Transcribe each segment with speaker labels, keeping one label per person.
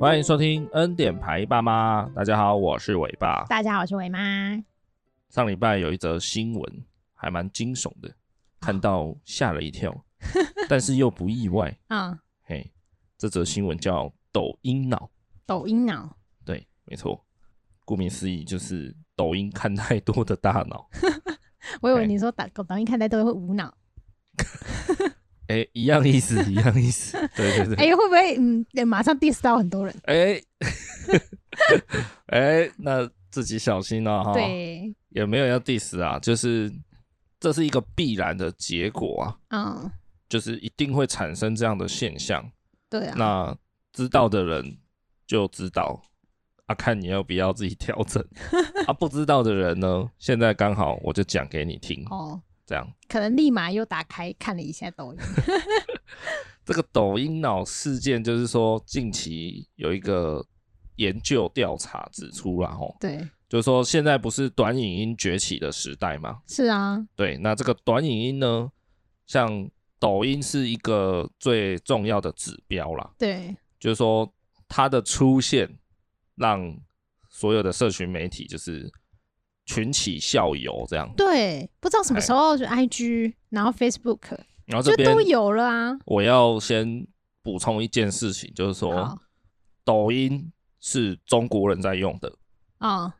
Speaker 1: 欢迎收听《恩典牌爸妈》，大家好，我是伟爸。
Speaker 2: 大家好，我是伟妈。
Speaker 1: 上礼拜有一则新闻，还蛮惊悚的，看到吓了一跳，但是又不意外。
Speaker 2: 嗯，
Speaker 1: 嘿，这则新闻叫“抖音脑
Speaker 2: 抖音脑，”，
Speaker 1: 对，没错，顾名思义就是抖音看太多的大脑。
Speaker 2: 我以
Speaker 1: 哎
Speaker 2: 为你说打抖音看待都会无脑，
Speaker 1: 哎，一样意思，一样意思。对对对，
Speaker 2: 哎、会不会嗯，马上 diss 到很多人？
Speaker 1: 哎，哎、那自己小心了、哈。，
Speaker 2: 对，
Speaker 1: 也没有要 diss 啊，就是这是一个必然的结果啊，
Speaker 2: 嗯，
Speaker 1: 就是一定会产生这样的现象。
Speaker 2: 对啊，
Speaker 1: 那知道的人就知道啊，看你要不要自己调整啊。不知道的人呢，现在刚好我就讲给你听，
Speaker 2: 哦，
Speaker 1: 这样。
Speaker 2: 可能立马又打开看了一下抖 音，
Speaker 1: 这个抖音脑事件，就是说近期有一个研究调查指出啦，吼，
Speaker 2: 对，
Speaker 1: 就是说现在不是短影音崛起的时代吗？
Speaker 2: 是啊，
Speaker 1: 对，那这个短影音呢，像抖音是一个最重要的指标啦，
Speaker 2: 对，
Speaker 1: 就是说它的出现让所有的社群媒体就是群起效尤这样。
Speaker 2: 对，不知道什么时候就 IG，然后 Facebook
Speaker 1: 然后哎这
Speaker 2: 就
Speaker 1: 边
Speaker 2: 都有了啊。
Speaker 1: 我要先补充一件事情，就是说
Speaker 2: 好，
Speaker 1: 抖音是中国人在用的，
Speaker 2: 哦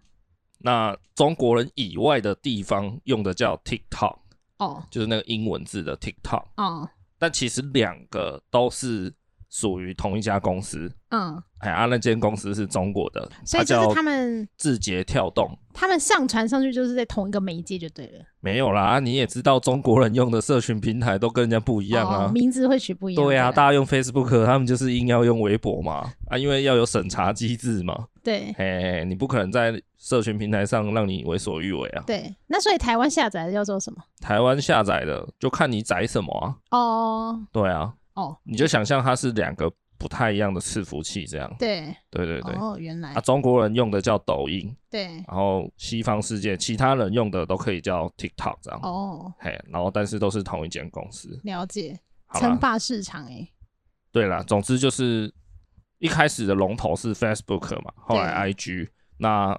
Speaker 1: 那中国人以外的地方用的叫 TikTok，
Speaker 2: 哦
Speaker 1: 就是那个英文字的 TikTok。
Speaker 2: 哦，
Speaker 1: 但其实两个都是属于同一家公司。
Speaker 2: 嗯，
Speaker 1: 哎，啊，那间公司是中国的，
Speaker 2: 所
Speaker 1: 它
Speaker 2: 以就
Speaker 1: 叫
Speaker 2: 是他们
Speaker 1: 字节跳动。
Speaker 2: 他们上传上去就是在同一个媒介就对了，
Speaker 1: 没有
Speaker 2: 嗯
Speaker 1: 啦，啊，你也知道中国人用的社群平台都跟人家不一
Speaker 2: 一
Speaker 1: 样啊。
Speaker 2: 哦名字会取不一样。
Speaker 1: 对啊，
Speaker 2: 呀，
Speaker 1: 大家用 Facebook，他们就是硬要用微博嘛，啊，因为要有审查机制嘛。
Speaker 2: 对
Speaker 1: 嘿，你不可能在社群平台上让你为所欲为啊。
Speaker 2: 对，那所以台湾下载的叫做什么？
Speaker 1: 台湾下载的就看你载什么啊。
Speaker 2: 哦
Speaker 1: 对啊，
Speaker 2: 哦，
Speaker 1: 你就想象它是两个不太一样的伺服器这样。
Speaker 2: 对，
Speaker 1: 对对对。
Speaker 2: 哦，原来、
Speaker 1: 啊，中国人用的叫抖音，
Speaker 2: 对，
Speaker 1: 然后西方世界其他人用的都可以叫 TikTok 这样。
Speaker 2: 哦，
Speaker 1: 嘿，然后但是都是同一间公司。
Speaker 2: 了解，
Speaker 1: 好
Speaker 2: 称
Speaker 1: 啦，
Speaker 2: 霸市场哎、
Speaker 1: 对啦，总之就是一开始的龙头是 Facebook 嘛，后来
Speaker 2: 对
Speaker 1: IG，那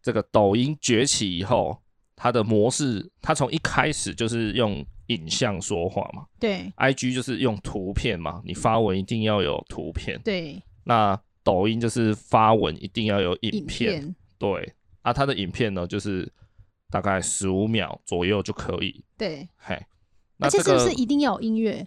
Speaker 1: 这个抖音崛起以后，它的模式，它从一开始就是用影像说话嘛
Speaker 2: 对
Speaker 1: ，IG 就是用图片嘛，你发文一定要有图片，
Speaker 2: 对，
Speaker 1: 那抖音就是发文一定要有
Speaker 2: 影
Speaker 1: 影片，对，啊，它的影片呢，就是大概十五秒左右就可以。
Speaker 2: 对，
Speaker 1: 嘿，那
Speaker 2: 而且
Speaker 1: 这
Speaker 2: 是不
Speaker 1: 个
Speaker 2: 是一定要有音乐？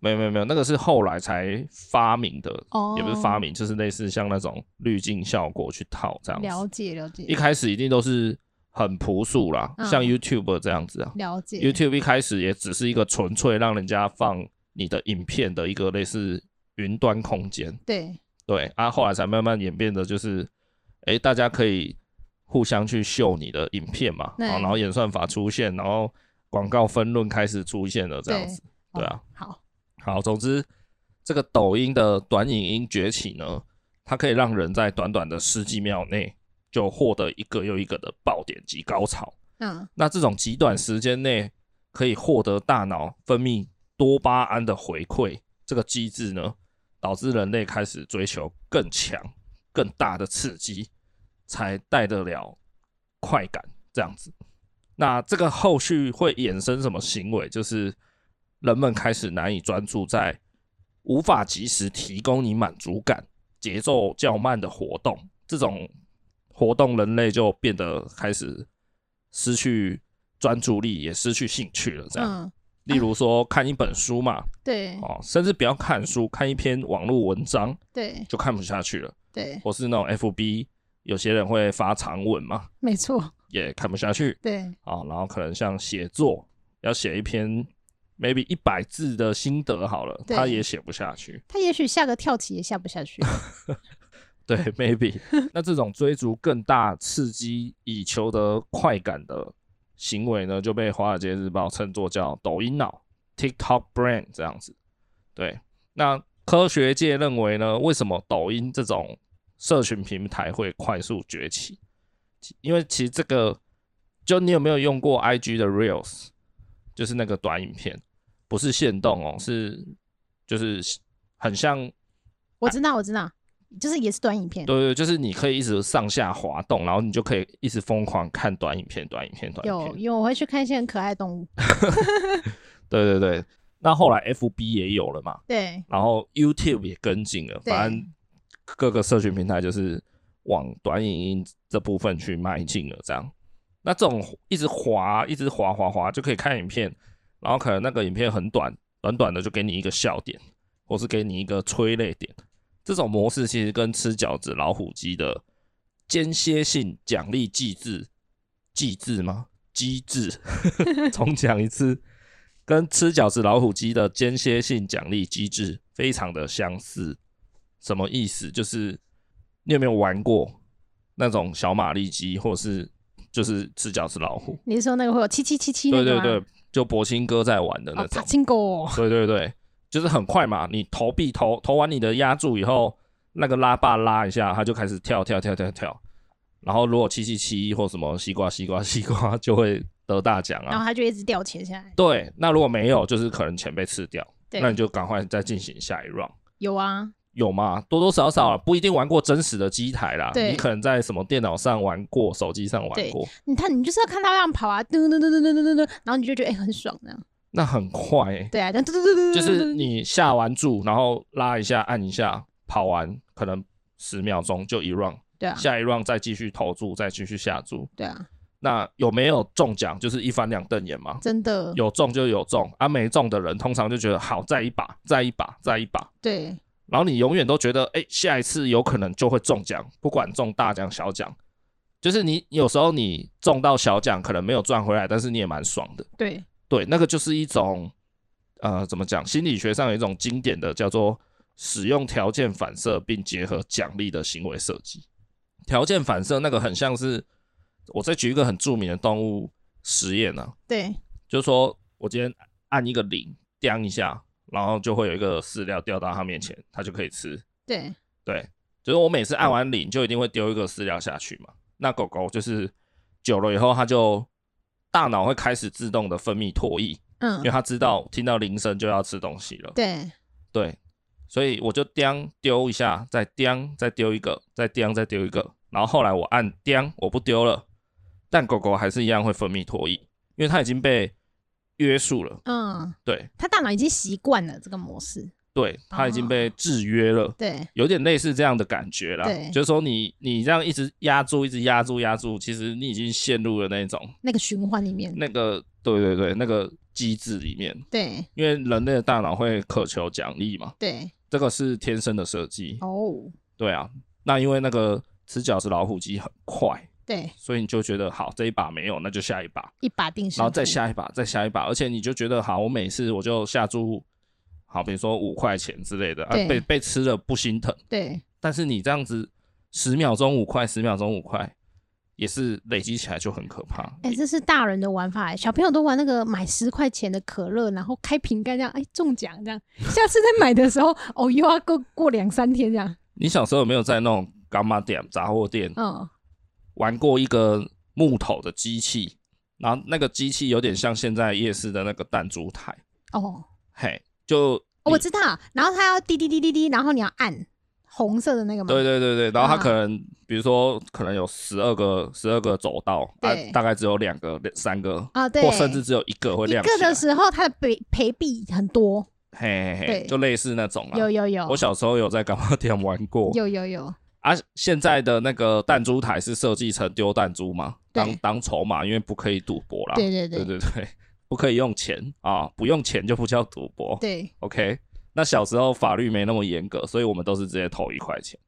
Speaker 1: 没有没有没有，那个是后来才发明的，
Speaker 2: 哦，
Speaker 1: 也不是发，明，就是类似像那种滤镜效果去套这样
Speaker 2: 了
Speaker 1: 子。
Speaker 2: 解了解
Speaker 1: 一开始一定都是很朴素啦，
Speaker 2: 嗯
Speaker 1: 像 YouTube 这样子啊。
Speaker 2: 了解，
Speaker 1: YouTube 一开始也只是一个纯粹让人家放你的影片的一个类似云端空间，
Speaker 2: 对
Speaker 1: 对啊，后来才慢慢演变的，就是，诶，大家可以互相去秀你的影片嘛，
Speaker 2: 对
Speaker 1: 好然后演算法出现，然后广告分论开始出现了，这样子，对啊，
Speaker 2: 哦好，
Speaker 1: 好，总之这个抖音的短影音崛起呢，它可以让人在短短的十几秒内就获得一个又一个的爆点及高潮，
Speaker 2: 嗯，
Speaker 1: 那这种极短时间内可以获得大脑分泌多巴胺的回馈，这个机制呢，导致人类开始追求更强、更大的刺激，才带得了快感。这样子，那这个后续会衍生什么行为？就是人们开始难以专注在无法及时提供你满足感、节奏较慢的活动，这种活动人类就变得开始失去专注力，也失去兴趣了。这样，
Speaker 2: 嗯，
Speaker 1: 例如说看一本书嘛，
Speaker 2: 对
Speaker 1: 哦，甚至不要看书，看一篇网络文章
Speaker 2: 对
Speaker 1: 就看不下去了，
Speaker 2: 对，
Speaker 1: 或是那种 FB 有些人会发长文嘛，
Speaker 2: 没错，
Speaker 1: 也看不下去
Speaker 2: 对
Speaker 1: 啊、哦然后可能像写作要写一篇 maybe 一百字的心得好了，
Speaker 2: 对
Speaker 1: 他也写不下去。
Speaker 2: 他也许下个跳棋也下不 下去。
Speaker 1: 对，maybe 那这种追逐更大刺激以求得快感的行为呢，就被《华尔街日报》称作叫“抖音脑 ”（TikTok Brain） 这样子。对，那科学界认为呢，为什么抖音这种社群平台会快速崛起？其因为其实这个，就你有没有用过 IG 的 Reels，就是那个短影片，不是限动哦，是就是很像
Speaker 2: 我知道，我知道，就是也是短影片，
Speaker 1: 对对，就是你可以一直上下滑动，然后你就可以一直疯狂看短影片、短影片、短影
Speaker 2: 有
Speaker 1: 片。
Speaker 2: 有我会去看一些很可爱的动物。
Speaker 1: 对对对，那后来 FB 也有了嘛，
Speaker 2: 对，
Speaker 1: 然后 YouTube 也跟进了，
Speaker 2: 对
Speaker 1: 反正各个社群平台就是往短影音这部分去迈进了。这样，那这种一直滑、一直滑、滑滑就可以看影片，然后可能那个影片很短，短短的就给你一个笑点，或是给你一个催泪点。这种模式其实跟吃饺子、老虎机的间歇性奖励机制，机制吗？机制， 重讲一次，跟吃饺子、老虎机的间歇性奖励机制非常的相似。什么意思？就是你有没有玩过那种小马力机，或是就是吃饺子老虎？
Speaker 2: 你是说那个会有七七七七那
Speaker 1: 对
Speaker 2: 个
Speaker 1: 对
Speaker 2: 吗？
Speaker 1: 对，就博清哥在玩的那
Speaker 2: 哦，
Speaker 1: 种啊
Speaker 2: 帕。金狗，
Speaker 1: 对对对，就是很快嘛，你投币投投完你的压注以后，那个拉霸拉一下，它就开始跳跳跳跳跳。然后如果七七七或什么西瓜西瓜西瓜 就会得大奖
Speaker 2: 然
Speaker 1: 啊。
Speaker 2: 后他就一直掉钱下来。
Speaker 1: 对，那如果没有，就是可能钱被吃掉，
Speaker 2: 对，
Speaker 1: 那你就赶快再进行下一 round。
Speaker 2: 有啊，
Speaker 1: 有吗？多多少少啊不一定玩过真实的机台啦，
Speaker 2: 嗯对
Speaker 1: 你可能在什么电脑上玩过，手机上玩
Speaker 2: 对
Speaker 1: 过，
Speaker 2: 你看你就是要看他这样跑啊，嘟嘟嘟嘟嘟嘟嘟，然后你就觉得哎、很爽这样。
Speaker 1: 那很快、欸。
Speaker 2: 对啊，但嘟嘟嘟嘟，
Speaker 1: 就是你下完注，然后拉一下，按一下，跑完可能十秒钟就一 round，
Speaker 2: 对啊，
Speaker 1: 下一 round 再继续投注，再继续下注。
Speaker 2: 对啊，
Speaker 1: 那有没有中奖？就是一翻两瞪眼嘛。
Speaker 2: 真的
Speaker 1: 有中就有中，啊没中的人通常就觉得好再一把，再一把，再一把，
Speaker 2: 对
Speaker 1: 然后你永远都觉得哎、下一次有可能就会中奖，不管中大奖小奖，就是你有时候你中到小奖可能没有赚回来，但是你也蛮爽的。
Speaker 2: 对
Speaker 1: 对，那个就是一种呃，怎么讲？心理学上有一种经典的叫做使用条件反射，并结合奖励的行为设计。条件反射那个很像是，我再举一个很著名的动物实验啊，
Speaker 2: 对
Speaker 1: 就是说我今天按一个铃，叮一下，然后就会有一个饲料掉到它面前，它就可以吃。
Speaker 2: 对
Speaker 1: 对，就是我每次按完铃就一定会丢一个饲料下去嘛。那狗狗就是久了以后，它就大脑会开始自动的分泌唾液，
Speaker 2: 嗯
Speaker 1: 因为它知道听到铃声就要吃东西了。
Speaker 2: 对
Speaker 1: 对，所以我就叮丢一下，再叮再丢一个，再叮再丢一个，然后后来我按叮我不丢了，但狗狗还是一样会分泌唾液，因为它已经被约束了。
Speaker 2: 嗯，
Speaker 1: 对
Speaker 2: 他大脑已经习惯了这个模式。
Speaker 1: 对，它已经被制约了。
Speaker 2: 对
Speaker 1: 有点类似这样的感觉啦
Speaker 2: 对，
Speaker 1: 就是说你你这样一直压住，一直压住，压住，其实你已经陷入了那种
Speaker 2: 那个循环里面，
Speaker 1: 那个对对对那个机制里面，
Speaker 2: 对
Speaker 1: 因为人类的大脑会渴求奖励嘛，
Speaker 2: 对
Speaker 1: 这个是天生的设计，
Speaker 2: 哦，
Speaker 1: 对啊，那因为那个吃饺子老虎机很快，
Speaker 2: 对，
Speaker 1: 所以你就觉得好这一把没有，那就下一把，
Speaker 2: 一把定胜
Speaker 1: 然后再
Speaker 2: 负
Speaker 1: 下一把，再下一把，而且你就觉得好，我每次我就下注，好，比如说五块钱之类的，啊
Speaker 2: 对、
Speaker 1: 被被吃了不心疼。
Speaker 2: 对
Speaker 1: 但是你这样子十秒钟五块，十秒钟五块，也是累积起来就很可怕。
Speaker 2: 哎、这是大人的玩法、欸，小朋友都玩那个买十块钱的可乐，然后开瓶盖这样，哎、中奖这样，下次再买的时候，哦，又要过过两三天这样，
Speaker 1: 你小时候有没有在那种干妈店、杂货店
Speaker 2: 嗯，
Speaker 1: 玩过一个木头的机器？然后那个机器有点像现在夜市的那个弹珠台，
Speaker 2: 哦，
Speaker 1: 嘿，就
Speaker 2: 哦我知道，然后它要滴滴滴滴滴，然后你要按红色的那个嘛，
Speaker 1: 对对对对，然后它
Speaker 2: 啊
Speaker 1: 可能、比如说可能有十二个十二个走道，啊
Speaker 2: 对，
Speaker 1: 大概只有两个三个，
Speaker 2: 啊，对，
Speaker 1: 或甚至只有一个会
Speaker 2: 一
Speaker 1: 亮起
Speaker 2: 个
Speaker 1: 来
Speaker 2: 的，时候，它的赔赔币很多，
Speaker 1: 嘿嘿
Speaker 2: 对
Speaker 1: 嘿，就类似那种
Speaker 2: 有
Speaker 1: 啦。
Speaker 2: 有有，
Speaker 1: 啊我小时候有在干妈店玩过，
Speaker 2: 有有有，
Speaker 1: 啊，现在的那个弹珠台是设计成丢弹珠嘛，
Speaker 2: 对
Speaker 1: 当当筹码，因为不可以赌博啦。
Speaker 2: 对对
Speaker 1: 对
Speaker 2: 对
Speaker 1: 对对不可以用钱啊，不用钱就不叫赌博。
Speaker 2: 对
Speaker 1: OK，那小时候法律没那么严格，所以我们都是直接投一块钱。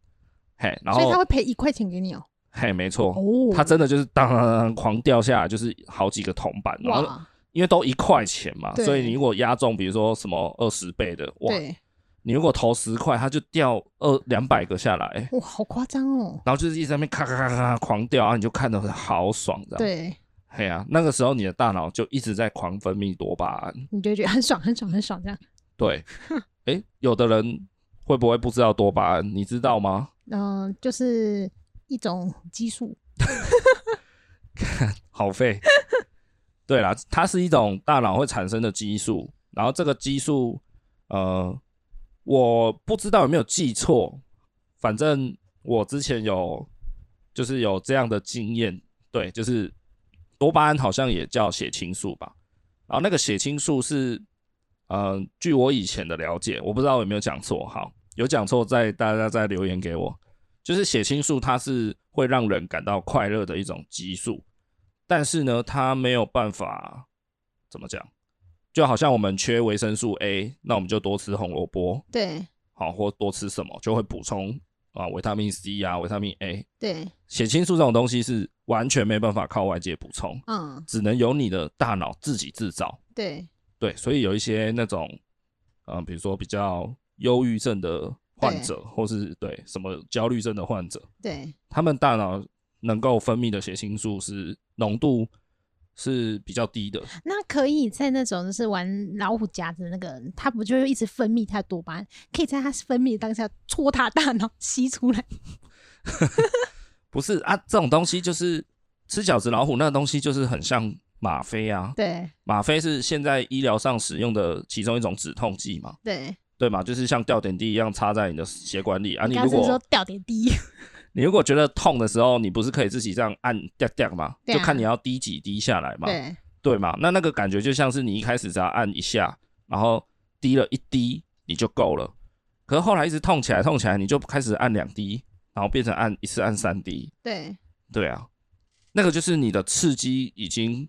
Speaker 1: 嘿，然
Speaker 2: 所以他
Speaker 1: 后
Speaker 2: 会赔一块钱给你哦，
Speaker 1: 嘿，没错，
Speaker 2: 哦，
Speaker 1: 它真的就是当当当当狂掉下来，就是好几个铜板，然后
Speaker 2: 哇，
Speaker 1: 因为都一块钱嘛，
Speaker 2: 对
Speaker 1: 所以你如果压中，比如说什么二十倍的，哇，
Speaker 2: 对，
Speaker 1: 你如果投十块，它就掉二两百个下来，
Speaker 2: 哇，好夸张哦。
Speaker 1: 然后就是一直在那边咔咔咔咔狂掉，然后你就看得好爽的。，
Speaker 2: 对，
Speaker 1: 嘿呀、那个时候你的大脑就一直在狂分泌多巴胺。
Speaker 2: 你就会觉得很爽，很爽，很爽这样。
Speaker 1: 对，诶，有的人会不会不知道多巴胺？你知道吗？
Speaker 2: 嗯、就是一种激素。
Speaker 1: 好废。对啦，它是一种大脑会产生的激素，然后这个激素，呃，我不知道有没有记错，反正我之前有就是有这样的经验，对，就是多巴胺好像也叫血清素吧，然后那个血清素是，呃，据我以前的了解，我不知道有没有讲错，好，有讲错再大家再留言给我，就是血清素它是会让人感到快乐的一种激素，但是呢，它没有办法怎么讲，就好像我们缺维生素 A，那我们就多吃红萝卜，
Speaker 2: 对
Speaker 1: 好，或多吃什么就会补充啊维他命 C 啊、维他命 A。
Speaker 2: 对，
Speaker 1: 血清素这种东西是完全没办法靠外界补充，
Speaker 2: 嗯，
Speaker 1: 只能由你的大脑自己制造。
Speaker 2: 对
Speaker 1: 对，所以有一些那种，嗯、比如说比较忧郁症的患者，或是对什么焦虑症的患者，
Speaker 2: 对
Speaker 1: 他们大脑能够分泌的血清素是浓度是比较低的，
Speaker 2: 那可以在那种就是玩老虎夹子那个，他不就一直分泌他的多巴胺，可以在他分泌的当下戳他大脑吸出来。
Speaker 1: 不是啊？这种东西就是吃饺子老虎那东西，就是很像吗啡啊。
Speaker 2: 对
Speaker 1: 吗啡是现在医疗上使用的其中一种止痛剂嘛，
Speaker 2: 对，
Speaker 1: 对嘛？就是像吊点滴一样插在你的血管里啊。你
Speaker 2: 刚
Speaker 1: 如
Speaker 2: 刚是说
Speaker 1: 果
Speaker 2: 掉点滴，
Speaker 1: 你如果觉得痛的时候，你不是可以自己这样按掉掉嘛？
Speaker 2: 对
Speaker 1: 就
Speaker 2: 啊
Speaker 1: 看你要滴几滴下来嘛，
Speaker 2: 对
Speaker 1: 对嘛？那那个感觉就像是你一开始只要按一下，然后滴了一滴你就够了。可是后来一直痛起来，痛起来你就开始按两滴，然后变成按一次按三滴，
Speaker 2: 对
Speaker 1: 对啊，那个就是你的刺激已经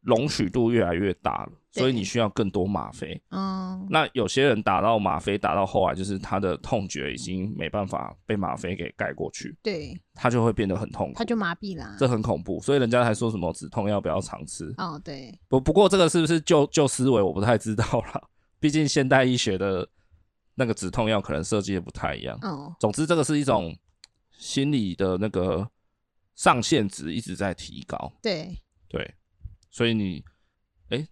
Speaker 1: 容许度越来越大了，
Speaker 2: 对
Speaker 1: 所以你需要更多吗啡。
Speaker 2: 嗯，
Speaker 1: 那有些人打到吗啡，打到后来就是他的痛觉已经没办法被吗啡给盖过去，
Speaker 2: 对，
Speaker 1: 他就会变得很痛苦
Speaker 2: 他，就麻痹啦。
Speaker 1: 这很恐怖。所以人家还说什么止痛药不要常吃。
Speaker 2: 哦，对
Speaker 1: 不不过这个是不是旧旧思维我不太知道啦，毕竟现代医学的那个止痛药可能设计的不太一样。
Speaker 2: 哦，
Speaker 1: 总之，这个是一种心理的那个上限值一直在提高。
Speaker 2: 对
Speaker 1: 对，所以你，哎、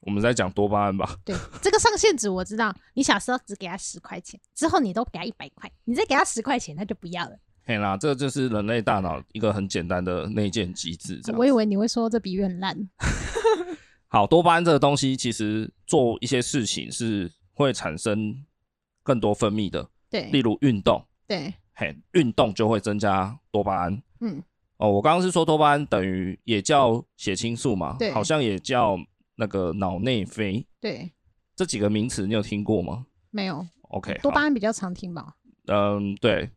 Speaker 1: 我们在讲多巴胺吧？
Speaker 2: 对，这个上限值我知道。你小时候只给他十块钱，之后你都给他一百块，你再给他十块钱，他就不要了。
Speaker 1: 嘿啦，这就是人类大脑一个很简单的内建机制。这样
Speaker 2: 我以为你会说这比喻很烂。
Speaker 1: 好，多巴胺这个东西，其实做一些事情是会产生更多分泌的，例
Speaker 2: 对
Speaker 1: 如运动，
Speaker 2: 对，
Speaker 1: 嘿，运动就会增加多巴胺。
Speaker 2: 嗯，
Speaker 1: 哦，我刚刚是说多巴胺等于也叫血清素嘛，
Speaker 2: 对
Speaker 1: 好像也叫那个脑内啡，
Speaker 2: 对，
Speaker 1: 这几个名词你有听过吗
Speaker 2: 没有
Speaker 1: ？OK，
Speaker 2: 多
Speaker 1: 好
Speaker 2: 巴胺比较常听吧？
Speaker 1: 嗯，对，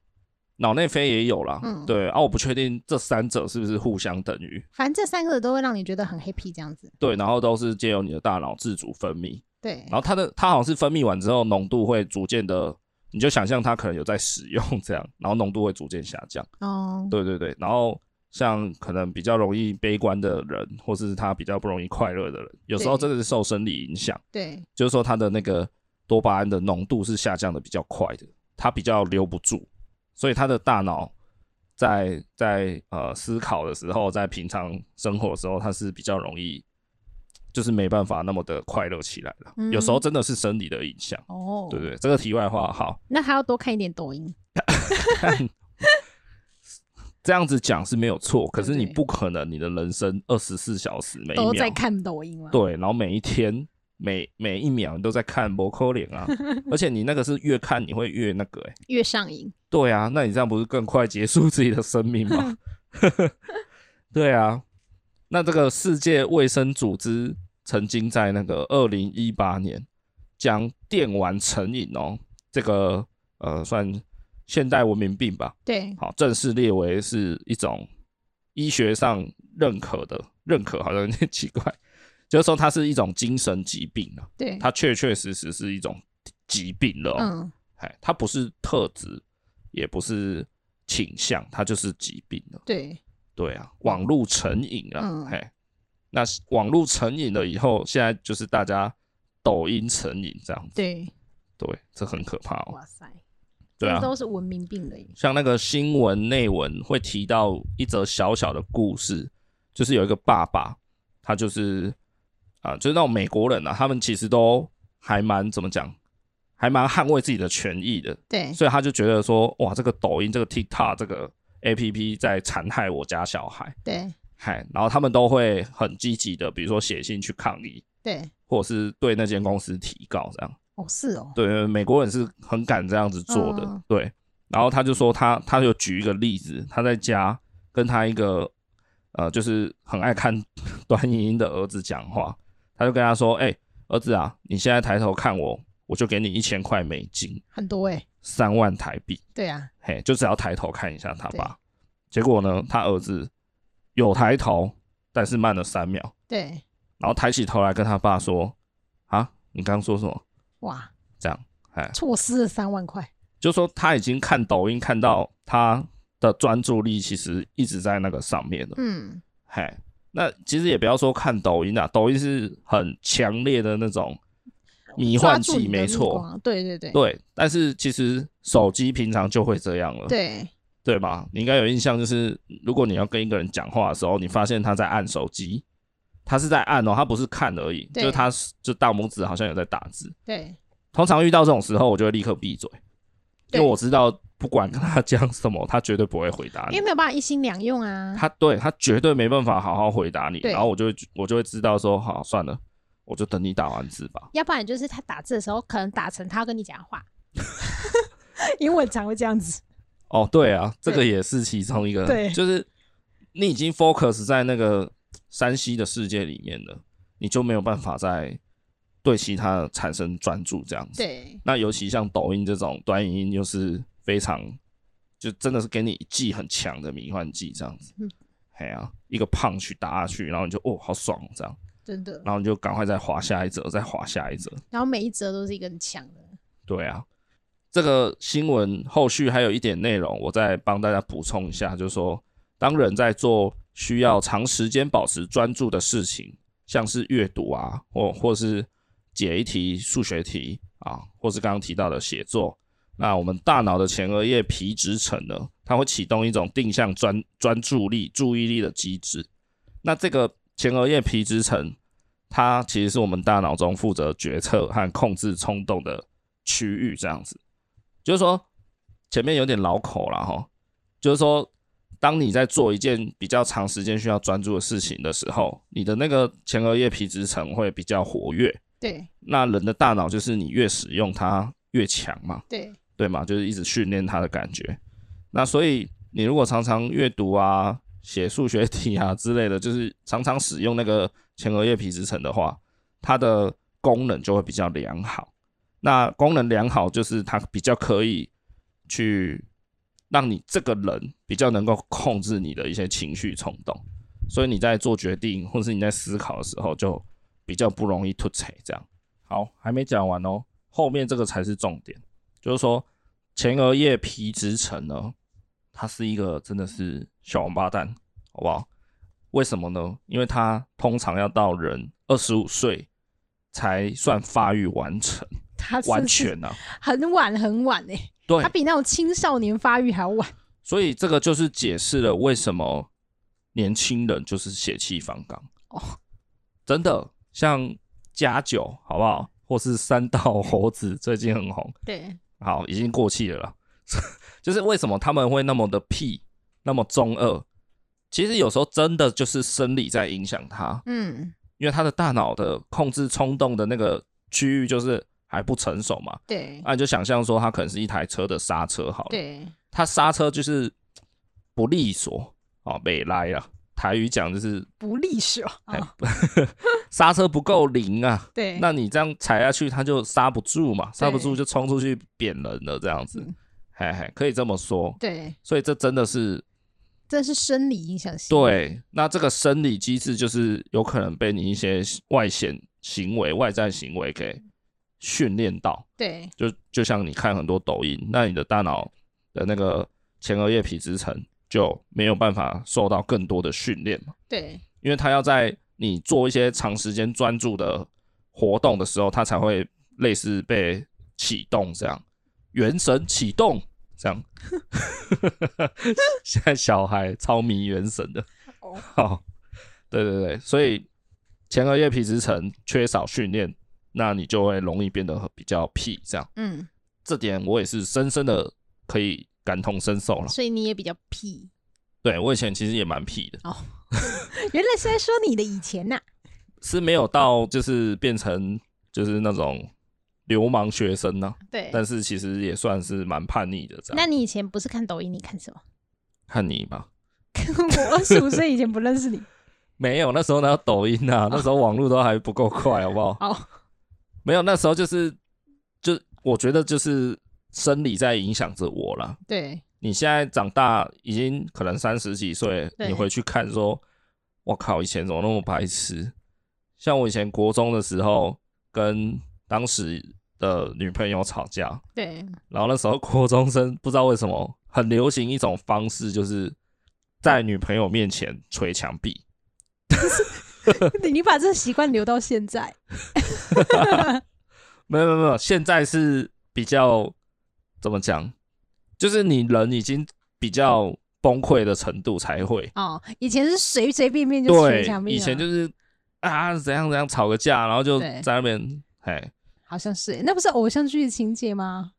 Speaker 1: 脑内啡也有啦。
Speaker 2: 嗯
Speaker 1: 对啊，我不确定这三者是不是互相等于。
Speaker 2: 反正这三个都会让你觉得很 happy 这样子。
Speaker 1: 对，然后都是借由你的大脑自主分泌，
Speaker 2: 对
Speaker 1: 然，后它的它好像是分泌完之后浓度会逐渐的，你就想象它可能有在使用这样，然后浓度会逐渐下降。
Speaker 2: 哦，
Speaker 1: 对对对，然后像可能比较容易悲观的人，或是他比较不容易快乐的人，有时候
Speaker 2: 对
Speaker 1: 真的是受生理影响，
Speaker 2: 对
Speaker 1: 就是说他的那个多巴胺的浓度是下降的比较快的，他比较留不住，所以他的大脑在在呃思考的时候，在平常生活的时候，他是比较容易就是没办法那么的快乐起来了。
Speaker 2: 嗯
Speaker 1: 有时候真的是生理的影响，
Speaker 2: 哦，
Speaker 1: 对不对？这个题外话，好，
Speaker 2: 那他要多看一点抖音。
Speaker 1: 这样子讲是没有错，可是你
Speaker 2: 对
Speaker 1: 不可能你的人生二十四小时每一
Speaker 2: 都在
Speaker 1: 秒
Speaker 2: 看抖音了。
Speaker 1: 对，然后每一天。每每一秒你都在看摩扣脸 啊，而且你那个是越看你会越那个、欸，
Speaker 2: 越上瘾。
Speaker 1: 对啊，那你这样不是更快结束自己的生命吗？ 对啊，那这个世界卫生组织曾经在那个二零一八年将电玩成瘾哦，这个呃算现代文明病吧，
Speaker 2: 对
Speaker 1: 好正式列为是一种医学上认可的，认可好像有点奇怪，就是说它是一种精神疾病啊，
Speaker 2: 对，
Speaker 1: 它确确实实是一种疾病了、哦。
Speaker 2: 嗯，
Speaker 1: 哎，它不是特质，也不是倾向，它就是疾病了。
Speaker 2: 对
Speaker 1: 对啊，网络成瘾啊，
Speaker 2: 嗯
Speaker 1: 哎，那网络成瘾了以后，现在就是大家抖音成瘾这样子，
Speaker 2: 对，
Speaker 1: 对，这很可怕哦。
Speaker 2: 哇塞，
Speaker 1: 对啊
Speaker 2: 这，都是文明病了耶。
Speaker 1: 像那个新闻内文会提到一则小小的故事，就是有一个爸爸，他就是啊，就是那种美国人啊，他们其实都还蛮怎么讲，还蛮捍卫自己的权益的，
Speaker 2: 对，
Speaker 1: 所以他就觉得说，哇，这个抖音、这个 TikTok 这个 APP 在残害我家小孩，
Speaker 2: 对，
Speaker 1: 嗨，然后他们都会很积极的，比如说写信去抗议，
Speaker 2: 对，
Speaker 1: 或者是对那间公司提告这样。
Speaker 2: 哦，是哦，
Speaker 1: 对，呃美国人是很敢这样子做的，
Speaker 2: 嗯
Speaker 1: 对。然后他就说他，他就举一个例子，他在家跟他一个呃，就是很爱看 短影音的儿子讲话，他就跟他说：“哎、儿子啊，你现在抬头看我，我就给你一千块美金，
Speaker 2: 很多哎，
Speaker 1: 三万台币，
Speaker 2: 对啊，
Speaker 1: 嘿，就只要抬头看一下他爸。”结果呢，他儿子有抬头，但是慢了三秒，
Speaker 2: 对，
Speaker 1: 然后抬起头来跟他爸说：“啊，你刚刚说什么
Speaker 2: 哇，？”
Speaker 1: 这样，哎，
Speaker 2: 错失了三万块，
Speaker 1: 就说他已经看抖音看到他的专注力其实一直在那个上面了。
Speaker 2: 嗯，
Speaker 1: 嗨，那其实也不要说看抖音啊，抖音是很强烈的那种迷
Speaker 2: 抓
Speaker 1: 幻
Speaker 2: 住
Speaker 1: 剂，
Speaker 2: 你的
Speaker 1: 没
Speaker 2: 目
Speaker 1: 错，
Speaker 2: 光，对对对
Speaker 1: 对。但是其实手机平常就会这样了，
Speaker 2: 对
Speaker 1: 对吧？你应该有印象，就是如果你要跟一个人讲话的时候，你发现他在按手机，他是在按哦，他不是看而已，就
Speaker 2: 对
Speaker 1: 是他就大拇指好像有在打字。
Speaker 2: 对
Speaker 1: 通常遇到这种时候，我就会立刻闭嘴，因
Speaker 2: 对
Speaker 1: 为我知道不管跟他讲什么，他绝对不会回答你
Speaker 2: 因为。没有办法一心两用啊，
Speaker 1: 他对他绝对没办法好好回答你，
Speaker 2: 对
Speaker 1: 然后我就会我就会知道说，好算了，我就等你打完字吧。
Speaker 2: 要不然就是他打字的时候可能打成他要跟你讲话， 英文常会这样子，
Speaker 1: 哦，对啊，这个
Speaker 2: 对
Speaker 1: 也是其中一个，
Speaker 2: 对
Speaker 1: 就是你已经 focus 在那个山西的世界里面了，你就没有办法再对其他的产生专注这样子。
Speaker 2: 对
Speaker 1: 那尤其像抖音这种短影音，又是非常就真的是给你一剂很强的迷幻剂这样子
Speaker 2: 嗯。
Speaker 1: 哎呀、一个胖去打下去，然后你就哦好爽哦这样，
Speaker 2: 真的，
Speaker 1: 然后你就赶快再滑下一折，再滑下一折。
Speaker 2: 然后每一则都是一个很强的，
Speaker 1: 对啊，这个新闻后续还有一点内容，我再帮大家补充一下，就是说，当人在做需要长时间保持专注的事情，像是阅读啊，或或是解一题数学题啊，或是刚刚提到的写作，那我们大脑的前额叶皮质层呢，它会启动一种定向专专注力、注意力的机制。那这个前额叶皮质层，它其实是我们大脑中负责决策和控制冲动的区域，这样子。就是说，前面有点老口了哈，就是说，当你在做一件比较长时间需要专注的事情的时候，你的那个前额叶皮质层会比较活跃。
Speaker 2: 对
Speaker 1: 那人的大脑就是你越使用它越强嘛，
Speaker 2: 对
Speaker 1: 对吗？就是一直训练它的感觉。那所以你如果常常阅读啊、写数学题啊之类的，就是常常使用那个前额叶皮质层的话，它的功能就会比较良好。那功能良好就是它比较可以去让你这个人比较能够控制你的一些情绪冲动，所以你在做决定或是你在思考的时候就比较不容易突踩这样。好，还没讲完哦，后面这个才是重点。就是说前额叶皮质层呢，它是一个真的是小王八蛋，好不好？为什么呢？因为它通常要到人二十五岁才算发育完成，
Speaker 2: 他是
Speaker 1: 完全啊，
Speaker 2: 很晚很晚哎、
Speaker 1: 对
Speaker 2: 他，比那种青少年发育还要晚，
Speaker 1: 所以这个就是解释了为什么年轻人就是血气方刚
Speaker 2: 哦，
Speaker 1: 真的像加九好不好？或是三道猴子最近很红，
Speaker 2: 对
Speaker 1: 好，已经过气了啦。 就是为什么他们会那么的屁，那么中二？其实有时候真的就是生理在影响他，
Speaker 2: 嗯
Speaker 1: 因为他的大脑的控制冲动的那个区域就是还不成熟嘛。
Speaker 2: 对
Speaker 1: 那你就想象说，他可能是一台车的刹车好了，
Speaker 2: 对
Speaker 1: 他刹车就是不利索哦，没来了。台语讲就是
Speaker 2: 不利索，
Speaker 1: 哎
Speaker 2: 哦
Speaker 1: 刹车不够灵啊，
Speaker 2: 对
Speaker 1: 那你这样踩下去，他就刹不住嘛，刹不住
Speaker 2: 对
Speaker 1: 就冲出去扁人了，这样子
Speaker 2: 嗯，
Speaker 1: 嘿嘿，可以这么说。
Speaker 2: 对，
Speaker 1: 所以这真的是
Speaker 2: 这是生理影响性，
Speaker 1: 对，那这个生理机制就是有可能被你一些外显行为、外在行为给训练到，
Speaker 2: 对
Speaker 1: 就就像你看很多抖音，那你的大脑的那个前额叶皮质层就没有办法受到更多的训练嘛，
Speaker 2: 对
Speaker 1: 因为它要在你做一些长时间专注的活动的时候，它才会类似被启动这样，元神启动这样。 现在小孩超迷元神的，
Speaker 2: 哦
Speaker 1: 好，对对对，所以前额叶皮质层缺少训练，那你就会容易变得比较屁这样。
Speaker 2: 嗯，
Speaker 1: 这点我也是深深的可以感同身受了。
Speaker 2: 所以你也比较屁。
Speaker 1: 对我以前其实也蛮屁的，
Speaker 2: 原来是在说你的以前啊呐、
Speaker 1: 是没
Speaker 2: 哦
Speaker 1: 有到就是变成就是那种流氓学生呢、
Speaker 2: 对，
Speaker 1: 但是啊其实也算是蛮叛逆的这
Speaker 2: 那
Speaker 1: 样。
Speaker 2: 你以前不是看抖音，你看什么？
Speaker 1: 看你吧，
Speaker 2: 我二十五岁以前不认识你。
Speaker 1: 没有那时候哪有抖音啊，那时候网络都还不够快，好不好？
Speaker 2: 哦，
Speaker 1: 没有那时候就是就我觉得就是生理在影响着我啦。
Speaker 2: 对，
Speaker 1: 你现在长大已经可能三十几岁，
Speaker 2: 对
Speaker 1: 你回去看说，我靠，以前怎么那么白痴？像我以前国中的时候，跟当时的女朋友吵架，
Speaker 2: 对，
Speaker 1: 然后那时候国中生不知道为什么很流行一种方式，就是在女朋友面前捶墙壁。
Speaker 2: 你你把这习惯留到现在，
Speaker 1: 没有没有没有，现在是比较怎么讲，就是你人已经比较崩溃的程度才会。
Speaker 2: 哦，以前是随随便便就捶
Speaker 1: 对
Speaker 2: 墙，壁了，
Speaker 1: 以前就是啊怎样怎样吵个架，然后就
Speaker 2: 对
Speaker 1: 在那边哎
Speaker 2: 好像是，那不是偶像剧的情节吗？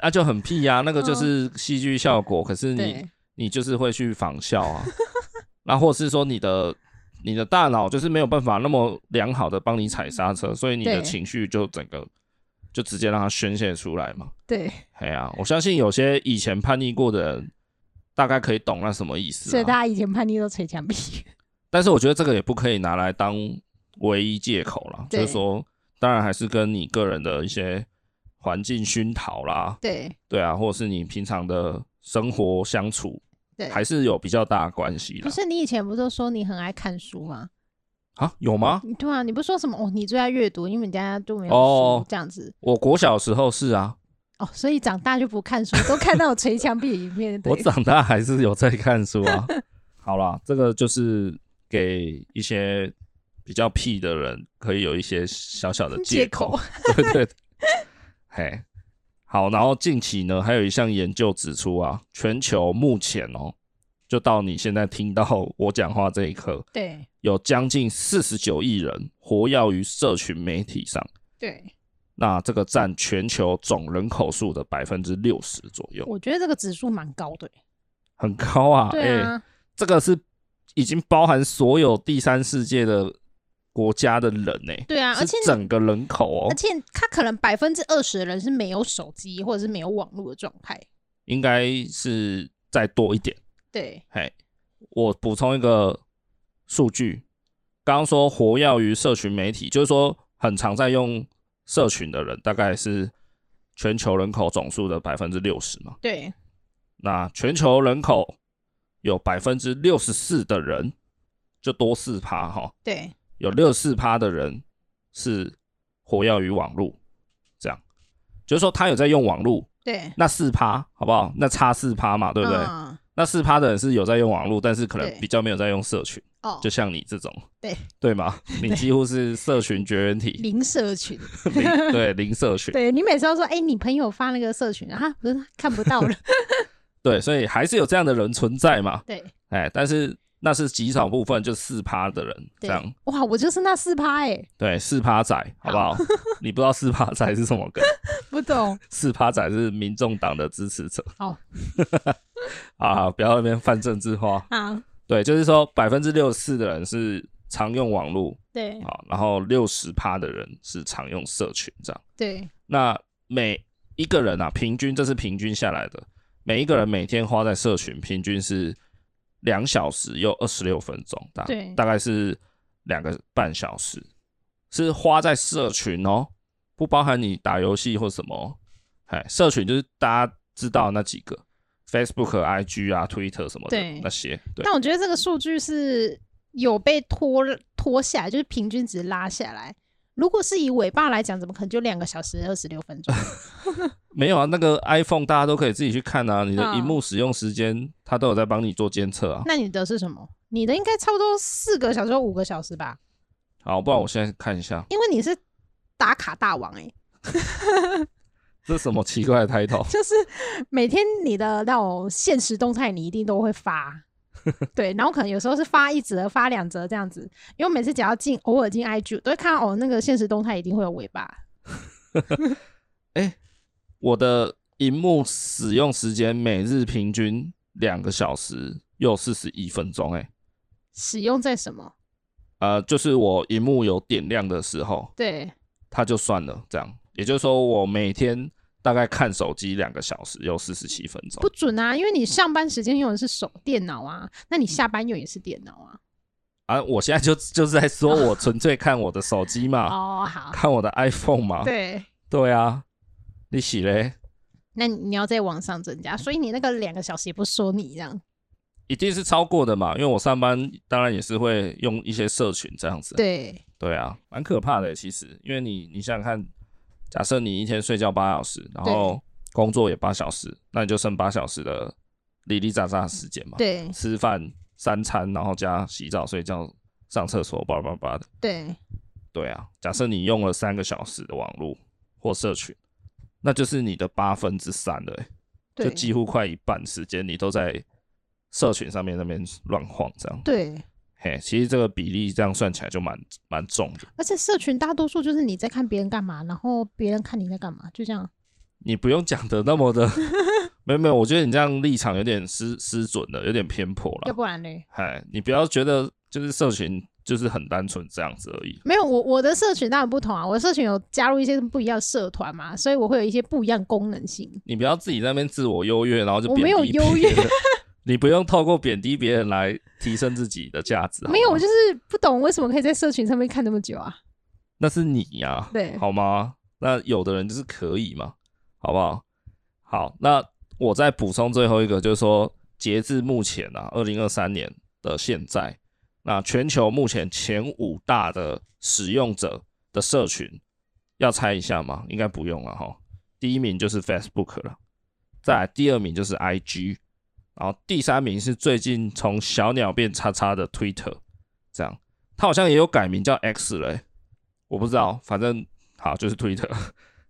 Speaker 1: 啊就很屁呀、那个就是戏剧效果，可是你
Speaker 2: 嗯对，
Speaker 1: 你就是会去仿效啊， 那或是说你的你的大脑就是没有办法那么良好的帮你踩刹车，所以你的
Speaker 2: 对
Speaker 1: 情绪就整个就直接让它宣泄出来嘛。
Speaker 2: 对，
Speaker 1: 哎呀、我相信有些以前叛逆过的人，大概可以懂那什么意思、
Speaker 2: 所以
Speaker 1: 啊。
Speaker 2: 大家以前叛逆都捶墙壁，
Speaker 1: 但是我觉得这个也不可以拿来当唯一借口啦，就
Speaker 2: 对
Speaker 1: 是说，当然还是跟你个人的一些环境熏陶啦，
Speaker 2: 对
Speaker 1: 对啊，或者是你平常的生活相处，
Speaker 2: 对，
Speaker 1: 还是有比较大的关系
Speaker 2: 不
Speaker 1: 啦。
Speaker 2: 是你以前不都说你很爱看书吗？
Speaker 1: 啊，有吗？
Speaker 2: 你对啊，你不是说什么哦，你最爱阅读，因为你家都没有
Speaker 1: 哦
Speaker 2: 书这样子
Speaker 1: 我国小的时候是啊，
Speaker 2: 哦，所以长大就不看书，都看到有捶墙壁的影片。对
Speaker 1: 我长大还是有在看书 啊。好啦，这个就是给一些比较屁的人，可以有一些小小的借口。 对对对，嘿，好。然后近期呢，还有一项研究指出啊，全球目前哦，就到你现在听到我讲话这一刻，
Speaker 2: 对
Speaker 1: 有将近四十九亿人活跃于社群媒体上。
Speaker 2: 对，
Speaker 1: 那这个占全球总人口数的百分之六十左右，
Speaker 2: 我觉得这个指数蛮高的欸。
Speaker 1: 很高啊！
Speaker 2: 对
Speaker 1: 欸
Speaker 2: 啊，
Speaker 1: 这个是已经包含所有第三世界的国家的人呢、
Speaker 2: 对啊，而
Speaker 1: 是
Speaker 2: 且你
Speaker 1: 整个人口哦
Speaker 2: 而，且他可能百分之二十的人是没有手机或者是没有网络的状态。
Speaker 1: 应该是再多一点。
Speaker 2: 对，
Speaker 1: 嘿，我补充一个数据，刚刚说活跃于社群媒体，就是说很常在用社群的人，大概是全球人口总数的百分之六十嘛。
Speaker 2: 对，
Speaker 1: 那全球人口有百分之六十四的人，就多四趴哈，
Speaker 2: 对，
Speaker 1: 有六四趴的人是活跃于网络，这样就是说他有在用网络，
Speaker 2: 对，
Speaker 1: 那四趴好不好？那差四趴嘛，对不对？
Speaker 2: 嗯
Speaker 1: 那四趴的人是有在用网络，但是可能
Speaker 2: 对
Speaker 1: 比较没有在用社群，
Speaker 2: 哦
Speaker 1: 就，像你这种，
Speaker 2: 对
Speaker 1: 对吗？你几乎是社群绝缘体，
Speaker 2: 零 社群。
Speaker 1: 零对零社群，
Speaker 2: 对你每次都说，哎、你朋友发那个社群啊，不是看不到了。
Speaker 1: 对，所以还是有这样的人存在嘛，
Speaker 2: 对，
Speaker 1: 哎，但是那是极少部分，就四趴的人这
Speaker 2: 对
Speaker 1: 样，
Speaker 2: 哇，我就是那四趴哎，
Speaker 1: 对，四趴仔，好不好？ 你不知道四趴仔是什么梗？
Speaker 2: 不懂。
Speaker 1: 四趴仔是民众党的支持者。
Speaker 2: 好
Speaker 1: 啊，不要在那边泛政治化。
Speaker 2: 啊，
Speaker 1: 对，就是说百分之六十四的人是常用网络
Speaker 2: 对
Speaker 1: 啊，然后六十趴的人是常用社群这样。
Speaker 2: 对
Speaker 1: 那每一个人啊，平均这是平均下来的，每一个人每天花在社群平均是两小时又二十六分钟，大
Speaker 2: 对
Speaker 1: 大概是两个半小时，是花在社群哦，不包含你打游戏或什么哦。哎，社群就是大家知道那几个，Facebook、IG 啊、Twitter 什么的
Speaker 2: 对
Speaker 1: 那些，对
Speaker 2: 但我觉得这个数据是有被拖拖下来，就是平均值拉下来。如果是以尾巴来讲，怎么可能就两个小时二十六分钟？
Speaker 1: 没有啊，那个 iPhone 大家都可以自己去看啊，你的
Speaker 2: 嗯
Speaker 1: 荧幕使用时间它都有在帮你做监测啊。
Speaker 2: 那你的是什么？你的应该差不多四个小时、五个小时吧，
Speaker 1: 好，不然我现在看一下，
Speaker 2: 因为你是打卡大王哎、
Speaker 1: 这是什么奇怪的 title？
Speaker 2: 就是每天你的那种现实动态，你一定都会发。对，然后可能有时候是发一则、发两则这样子，因为每次只要进偶尔进 IG，都会看到哦，那个现实动态一定会有尾巴。
Speaker 1: 我的荧幕使用时间每日平均两个小时又四十一分钟、欸，
Speaker 2: 使用在什么？
Speaker 1: 呃，就是我荧幕有点亮的时候，
Speaker 2: 对，
Speaker 1: 它就算了，这样，也就是说我每天大概看手机两个小时又四十七分钟
Speaker 2: 不，准啊，因为你上班时间用的是手电脑啊，那你下班用也是电脑啊。
Speaker 1: 啊，我现在就就是在说我纯粹看我的手机嘛，
Speaker 2: 哦，好，
Speaker 1: 看我的 iPhone 嘛，
Speaker 2: 对，
Speaker 1: 对啊，你洗嘞，
Speaker 2: 那你你要再往上增加，所以你那个两个小时也不说你这样。
Speaker 1: 一定是超过的嘛，因为我上班当然也是会用一些社群这样子，
Speaker 2: 对，
Speaker 1: 对啊，蛮可怕的欸其实，因为你你想想看，假设你一天睡觉八小时，然后工作也八小时，那你就剩八小时的里里杂杂的时间嘛。，
Speaker 2: 对，
Speaker 1: 吃饭三餐，然后加洗澡、睡觉、上厕所，叭叭叭的。
Speaker 2: 对，
Speaker 1: 对啊，假设你用了三个小时的网络或社群，那就是你的八分之三了欸、就
Speaker 2: 对，
Speaker 1: 几乎快一半时间你都在社群上面那边乱晃这样。
Speaker 2: 对，
Speaker 1: 嘿，其实这个比例这样算起来就蛮蛮重的。
Speaker 2: 而且社群大多数就是你在看别人干嘛，然后别人看你在干嘛，就这样。
Speaker 1: 啊你不用讲的那么的， 没有没有，我觉得你这样立场有点失失准了，有点偏颇
Speaker 2: 要
Speaker 1: 了。
Speaker 2: 不然嘞，
Speaker 1: 哎，你不要觉得就是社群就是很单纯这样子而已。
Speaker 2: 没有我我的社群当然不同啊，我的社群有加入一些不一样的社团嘛，所以我会有一些不一样功能性。
Speaker 1: 你不要自己在那边自我优越，然后就
Speaker 2: 我没有
Speaker 1: 贬低别人
Speaker 2: 优越，
Speaker 1: 你不用透过贬低别人来提升自己的价值。好吗
Speaker 2: 没有，我就是不懂为什么可以在社群上面看那么久啊。
Speaker 1: 那是你呀、
Speaker 2: 对
Speaker 1: 好吗？那有的人就是可以嘛，好不好？好，那我再补充最后一个，就是说，截至目前啊，二零二三年的现在，那全球目前前五大的使用者的社群，要猜一下吗？应该不用了哈。第一名就是 Facebook 了，再来第二名就是 IG，然后第三名是最近从小鸟变叉叉的 Twitter，这样，它好像也有改名叫 X 了欸、我不知道，反正好就是 Twitter，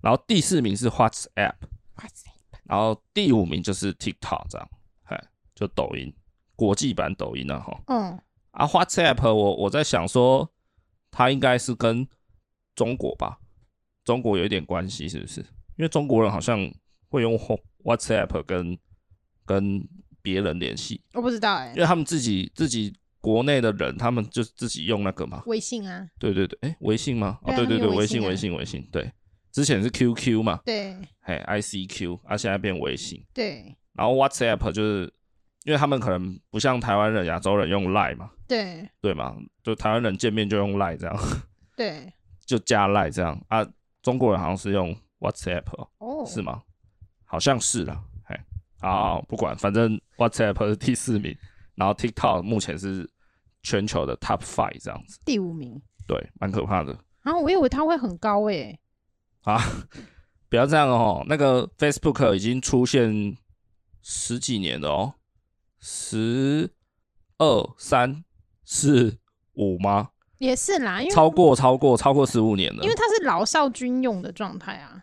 Speaker 1: 然 后第四名是 WhatsApp，
Speaker 2: 哇塞，
Speaker 1: 然后第五名就是 TikTok 这样，哎，就抖音国际版抖音了哈。
Speaker 2: 嗯，
Speaker 1: 啊，WhatsApp 我我在想说，它应该是跟中国吧，中国有一点关系是不是？因为中国人好像会用 WhatsApp 跟跟别人联系，
Speaker 2: 我不知道哎、
Speaker 1: 因为他们自己自己国内的人，他们就自己用那个嘛，
Speaker 2: 微信啊，
Speaker 1: 对对对，哎、微信吗？哦，
Speaker 2: 对啊
Speaker 1: 对对对，
Speaker 2: 他们有
Speaker 1: 微
Speaker 2: 微
Speaker 1: 信
Speaker 2: 信啊
Speaker 1: 微信微信，对，之前是 QQ 嘛，
Speaker 2: 对
Speaker 1: 嘿 ICQ，啊，现在变微信，
Speaker 2: 对
Speaker 1: 然后 WhatsApp 就是因为他们可能不像台湾人、亚洲人用 Line 嘛，
Speaker 2: 对
Speaker 1: 对嘛，就台湾人见面就用 Line 这样，
Speaker 2: 对，
Speaker 1: 就加 Line 这样啊，中国人好像是用 WhatsApp，、哦
Speaker 2: 哦，
Speaker 1: 是吗？好像是啦，嘿，好好好不管，反正 WhatsApp 是第四名，然后 TikTok 目前是全球的 Top Five 这样子，
Speaker 2: 第五名。
Speaker 1: 对，蛮可怕的。
Speaker 2: 然啊后我以为它会很高哎、
Speaker 1: 啊，不要这样哦。那个 Facebook 已经出现十几年了哦，十二三四五吗？
Speaker 2: 也是啦，因为
Speaker 1: 超过超过超过十五年了
Speaker 2: 因。为它是老少均用的状态啊。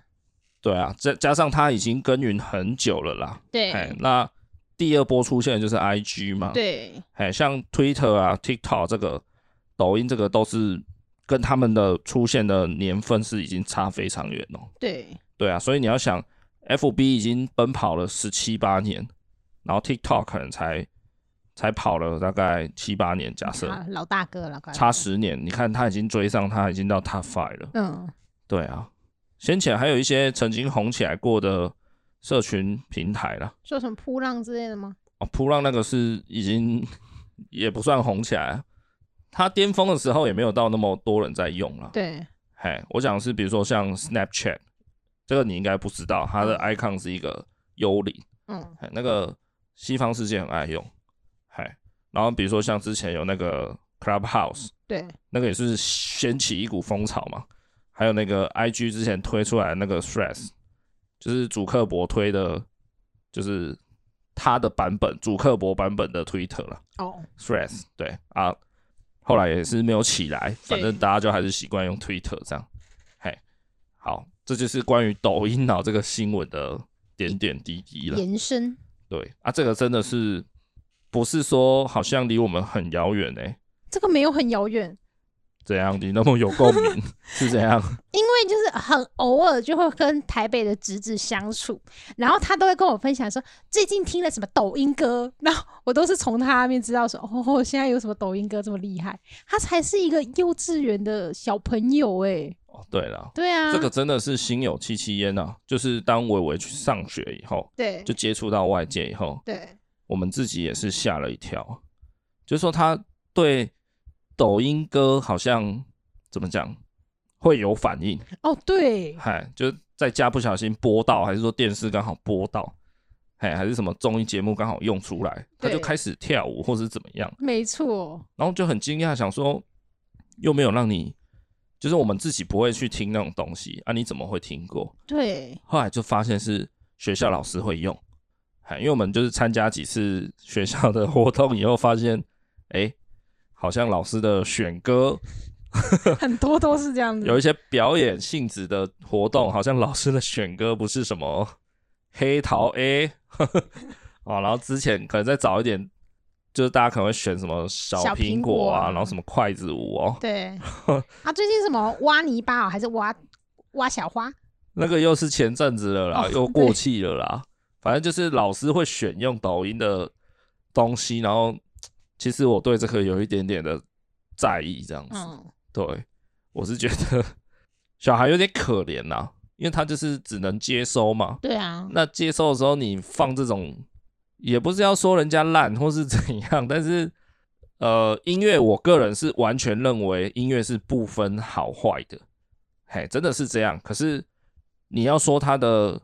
Speaker 1: 对啊，再加上它已经耕耘很久了啦。哎
Speaker 2: 对，
Speaker 1: 那第二波出现的就是 IG 嘛。，
Speaker 2: 对，
Speaker 1: 哎，像 Twitter 啊、TikTok 这个、抖音这个都是跟他们的出现的年份是已经差非常远哦。
Speaker 2: 对，
Speaker 1: 对啊，所以你要想，FB 已经奔跑了十七八年，然后 TikTok 可能才才跑了大概七八年，假设
Speaker 2: 啊老大哥了，快
Speaker 1: 差十年，你看他已经追上，他已经到 Top Five 了。
Speaker 2: 嗯，
Speaker 1: 对啊，先前还有一些曾经红起来过的社群平台啦，
Speaker 2: 说什么扑浪之类的吗？
Speaker 1: 哦，扑浪那个是已经 也不算红起来，它巅峰的时候也没有到那么多人在用了。
Speaker 2: 对，
Speaker 1: 嘿，我讲的是比如说像 Snapchat，这个你应该不知道，它的 icon 是一个幽灵，
Speaker 2: 嗯，
Speaker 1: 嘿那个西方世界很爱用，嘿，然后比如说像之前有那个 Clubhouse，
Speaker 2: 对，
Speaker 1: 那个也是掀起一股风潮嘛，还有那个 IG 之前推出来的那个 Stress，就是主克伯推的，就是他的版本，主克伯版本的 Twitter 啦
Speaker 2: 哦，
Speaker 1: Stress 对啊，后来也是没有起来，反正大家就还是习惯用 Twitter 这样。嘿，好，这就是关于抖音啊脑这个新闻的点点滴滴了。
Speaker 2: 延伸
Speaker 1: 对啊，这个真的是不是说好像离我们很遥远哎？
Speaker 2: 这个没有很遥远，
Speaker 1: 怎样？你那么有共鸣是怎样？
Speaker 2: 因为就是很偶尔就会跟台北的侄子相处，然后他都会跟我分享说最近听了什么抖音歌， 然后我都是从他那边知道说哦，现在有什么抖音歌这么厉害，他才是一个幼稚园的小朋友哎、
Speaker 1: 哦，对了，
Speaker 2: 对啊，
Speaker 1: 这个真的是心有戚戚焉啊！就是当伟伟去上学以后，
Speaker 2: 对
Speaker 1: 就接触到外界以后，
Speaker 2: 对
Speaker 1: 我们自己也是吓了一跳，就是说他对抖音歌好像怎么讲会有反应，
Speaker 2: 哦对，
Speaker 1: 嗨，就是在家不小心播到，还是说电视刚好播到，哎，还是什么综艺节目刚好用出来，他就
Speaker 2: 对
Speaker 1: 开始跳舞或是怎么样，
Speaker 2: 没错，
Speaker 1: 然后就很惊讶，想说又没有让你，就是我们自己不会去听那种东西啊，你怎么会听过？
Speaker 2: 对
Speaker 1: 后来就发现是学校老师会用，哎，因为我们就是参加几次学校的活动以后，发现，哎、好像老师的选歌
Speaker 2: 很多都是这样子，
Speaker 1: 有一些表演性质的活动，好像老师的选歌不是什么黑桃 A，哦，然后之前可能再早一点，就是大家可能会选什么小
Speaker 2: 小苹
Speaker 1: 苹
Speaker 2: 果
Speaker 1: 果
Speaker 2: 啊
Speaker 1: 啊，然后什么筷子舞哦，
Speaker 2: 对啊，最近什么挖泥巴、哦、还是挖挖小花？
Speaker 1: 那个又是前阵子了啦，
Speaker 2: 哦
Speaker 1: 又过气了啦。反正就是老师会选用抖音的东西，然后其实我对这个有一点点的在意，这样子。
Speaker 2: 嗯，
Speaker 1: 对，我是觉得小孩有点可怜呐、因为他就是只能接收嘛。
Speaker 2: 对啊，
Speaker 1: 那接收的时候，你放这种也不是要说人家烂或是怎样，但是呃，音乐我个人是完全认为音乐是不分好坏的，嘿，真的是这样。可是你要说它的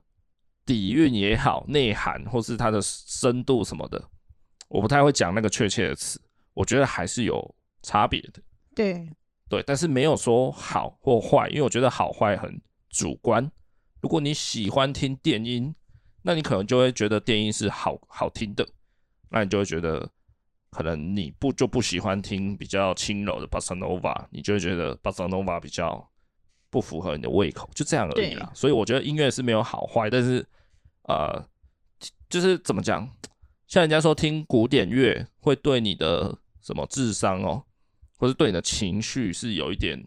Speaker 1: 底蕴也好，内涵或是它的深度什么的，我不太会讲那个确切的词，我觉得还是有差别的。
Speaker 2: 对
Speaker 1: 对，但是没有说好或坏，因为我觉得好坏很主观。如果你喜欢听电音，那你可能就会觉得电音是好好听的，那你就会觉得可能你不就不喜欢听比较轻柔的 bossa nova，你就会觉得 bossa nova 比较不符合你的胃口，就这样而已啦。所以我觉得音乐是没有好坏，但是呃，就是怎么讲，像人家说听古典乐会对你的什么智商哦，或是对你的情绪是有一点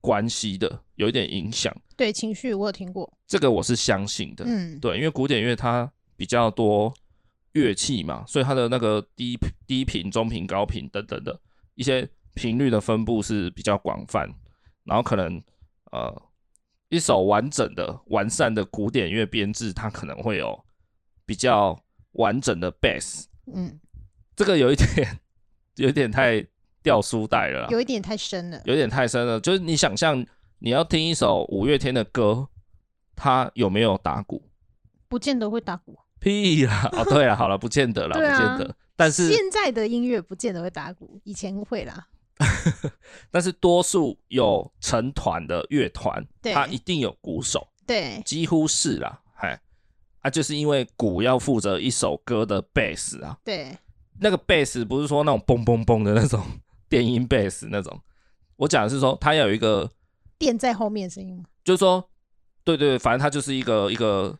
Speaker 1: 关系的，有一点影响。
Speaker 2: 对，情绪我有听过，
Speaker 1: 这个我是相信的，
Speaker 2: 嗯，
Speaker 1: 对，因为古典乐它比较多乐器嘛，所以它的那个低低频、中频、高频等等的一些频率的分布是比较广泛，然后可能呃一首完整的、完善的古典乐编制，它可能会有比较完整的 bass，
Speaker 2: 嗯，
Speaker 1: 这个有一点 有一点太掉书袋了啦，
Speaker 2: 有一点太深了，
Speaker 1: 啊有点太深了。就是你想象你要听一首五月天的歌，它有没有打鼓？
Speaker 2: 不见得会打鼓。
Speaker 1: 屁啦！哦，对了，好了，不见得啦，
Speaker 2: 对啊
Speaker 1: 不见得。但是
Speaker 2: 现在的音乐不见得会打鼓，以前会啦。
Speaker 1: 但是多数有成团的乐团，
Speaker 2: 对
Speaker 1: 它一定有鼓手，
Speaker 2: 对
Speaker 1: 几乎是啦，嗨，啊，就是因为鼓要负责一首歌的贝斯啊，
Speaker 2: 对
Speaker 1: 那个贝斯不是说那种嘣嘣嘣的那种电音贝斯那种，我讲的是说它要有一个，
Speaker 2: 电在后面的声音嘛。
Speaker 1: 就是说，对对，对反正它就是一个一个